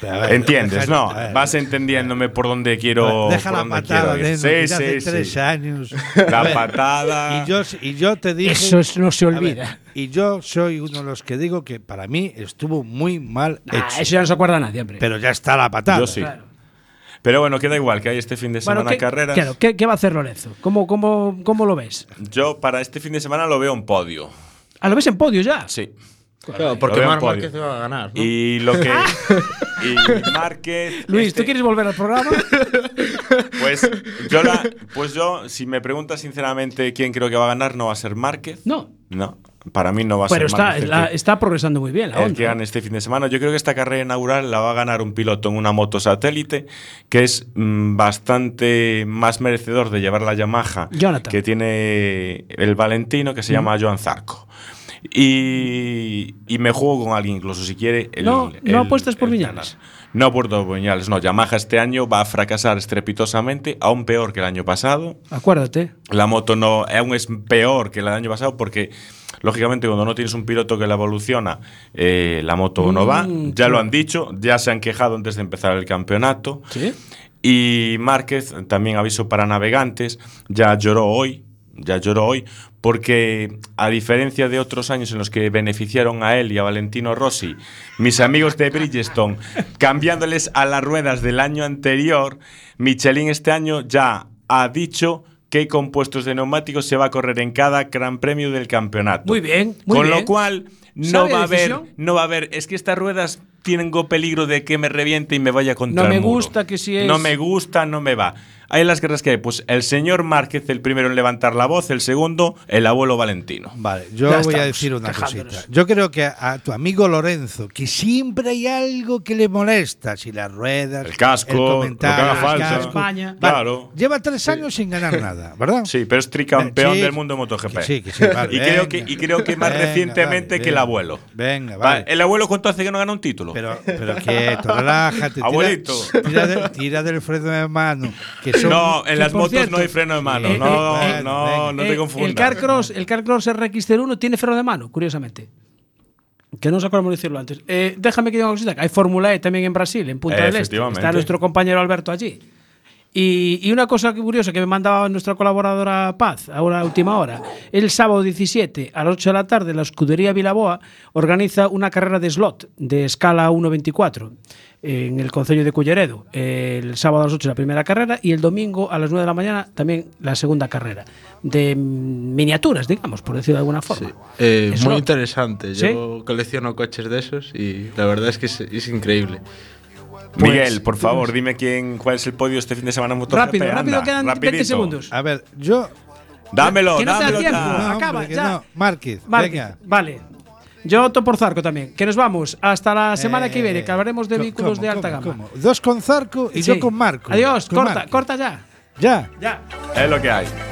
S4: ver,
S3: ¿Entiendes?
S4: deja-
S3: No,
S4: a ver.
S3: vas entendiéndome por dónde quiero.
S4: Deja
S3: por
S4: la
S3: dónde
S4: patada,
S3: quiero ir.
S4: Neno, que ya hace tres años.
S3: La
S4: A ver,
S3: patada.
S4: Y yo, y yo te dije.
S2: Eso es- no se
S4: a ver,
S2: olvida.
S4: y yo soy uno de los que digo que para mí estuvo muy mal hecho.
S2: Ah, eso ya no se acuerda nadie, hombre.
S4: Pero ya está la patada.
S3: Yo sí. Pero bueno, queda igual que hay este fin de semana
S2: ¿qué,
S3: carreras.
S2: claro, ¿qué, qué va a hacer Lorenzo? ¿Cómo, cómo, cómo lo ves?
S3: Yo para este fin de semana lo veo en podio.
S2: Ah, ¿Lo ves en podio ya?
S3: Sí.
S15: Claro, porque
S3: Lo veo en
S15: Mar
S3: podio.
S15: Márquez va a ganar. ¿no?
S3: Y lo que.
S2: Ah.
S3: y
S2: [laughs]
S3: Márquez.
S2: Luis, ¿tú quieres volver
S3: [laughs]
S2: al programa?
S3: Pues yo, la- pues yo, si me preguntas sinceramente quién creo que va a ganar, no va a ser Márquez.
S2: No.
S3: No, para mí no va a
S2: Pero
S3: ser
S2: está,
S3: Márquez. el
S2: la-
S3: que-
S2: está progresando muy bien la
S3: el
S2: onda.
S3: que gane este fin de semana. Yo creo que esta carrera inaugural la va a ganar un piloto en una moto satélite que es mm, bastante más merecedor de llevar la Yamaha
S2: Jonathan. Mm.
S3: que tiene el Valentino que se llama Joan Zarco. Y, y me juego con alguien incluso si quiere. El,
S2: no, pues-
S3: el-
S2: no apuestas por Viñales.
S3: no, No Puerto Puñales, no. Yamaha este año va a fracasar estrepitosamente, aún peor que el año pasado.
S2: Acuérdate.
S3: La moto no, aún es peor que el año pasado porque, lógicamente, cuando no tienes un piloto que la evoluciona, eh, la moto no va.
S16: Mm,
S3: Ya lo
S16: claro.
S3: han dicho, ya se han quejado antes de empezar el campeonato. Y Márquez, también aviso para navegantes, ya lloró hoy, ya lloró hoy, porque a diferencia de otros años en los que beneficiaron a él y a Valentino Rossi, mis amigos de
S2: [laughs]
S3: Bridgestone, cambiándoles a las ruedas del año anterior, Michelin este año ya ha dicho qué compuestos de neumáticos se va a correr en cada gran premio del campeonato.
S2: Muy bien, muy
S3: Con
S2: bien.
S3: lo cual, no
S2: ¿Sabe
S3: va a haber,
S2: decisión?
S3: no va a haber, es que estas ruedas tengo peligro de que me reviente y me vaya contra
S2: No
S3: el
S2: me
S3: muro.
S2: gusta que si es.
S3: No me gusta, no me va. Hay las guerras que hay. Pues el señor Márquez, el primero en levantar la voz, el segundo, el abuelo Valentino.
S4: Vale, Yo voy a decir una cosita. Yo creo que a, a tu amigo Lorenzo, que siempre hay algo que le molesta, si las ruedas,
S3: El casco,
S4: el comentario,
S3: lo que haga
S4: el
S3: falta.
S4: casco.
S3: España.
S4: Vale,
S3: Claro.
S4: Lleva tres años sin ganar nada, ¿verdad?
S3: Sí, pero es tricampeón
S4: Sí,
S3: del mundo MotoGP.
S4: que sí, que sí, vale,
S3: y, creo que,
S4: venga.
S3: y creo que más
S4: Venga,
S3: recientemente
S4: vale,
S3: que el
S4: venga.
S3: abuelo.
S4: Venga,
S3: vale. El abuelo cuánto hace que no gana un título.
S4: Pero, pero quieto, relájate. tira-
S3: Abuelito.
S4: Tira, de- tira del freno de mano. que son-
S3: No, en
S4: que
S3: las
S4: por
S3: motos
S4: cierto-
S3: no hay freno de mano.
S4: Eh,
S3: no,
S4: eh,
S3: no,
S4: venga.
S3: no
S2: Eh,
S3: te confundas.
S2: El Carcross, el Carcross RX-01 tiene freno de mano, curiosamente. Que no nos acordamos de decirlo antes. Eh, déjame que diga una cosita. que Hay Fórmula E también en Brasil, en Punta
S3: Eh,
S2: del Este.
S3: efectivamente.
S2: Está nuestro compañero Alberto allí. Y, y una cosa que curiosa que me mandaba nuestra colaboradora Paz a una última hora. El sábado 17 a las 8 de la tarde, la escudería Vilaboa organiza una carrera de slot de escala 1.24 en el concello de Culleredo. El sábado a las 8 la primera carrera y el domingo a las 9 de la mañana también la segunda carrera de mm, miniaturas, digamos, por decirlo de alguna forma.
S15: Eh,
S2: Eso
S15: muy
S2: no-
S15: interesante.
S2: ¿Sí?
S15: Yo colecciono coches de esos y la verdad es que es, es increíble. Pues,
S3: Miguel, por favor, dime quién, cuál es el podio este fin de semana en MotoGP.
S15: Rápido,
S3: Anda,
S15: rápido, quedan 20
S3: rapidito.
S15: segundos.
S4: A ver, yo.
S3: Dámelo,
S2: Que no te da
S3: dámelo.
S2: tiempo.
S3: ya.
S2: Acaba,
S4: que
S2: ya.
S4: no. Márquez,
S2: Márquez,
S4: venga.
S2: Vale. Yo opto por Zarco también. Que nos vamos. Hasta la semana que viene, que hablaremos de
S4: ¿cómo,
S2: vehículos de
S4: Eh, cómo,
S2: alta gama.
S4: Dos con Zarco y
S2: Sí.
S4: yo con Marco.
S2: Adiós,
S4: Con
S2: corta,
S4: Márquez.
S2: corta ya.
S4: Ya.
S2: Ya.
S3: Es lo que hay.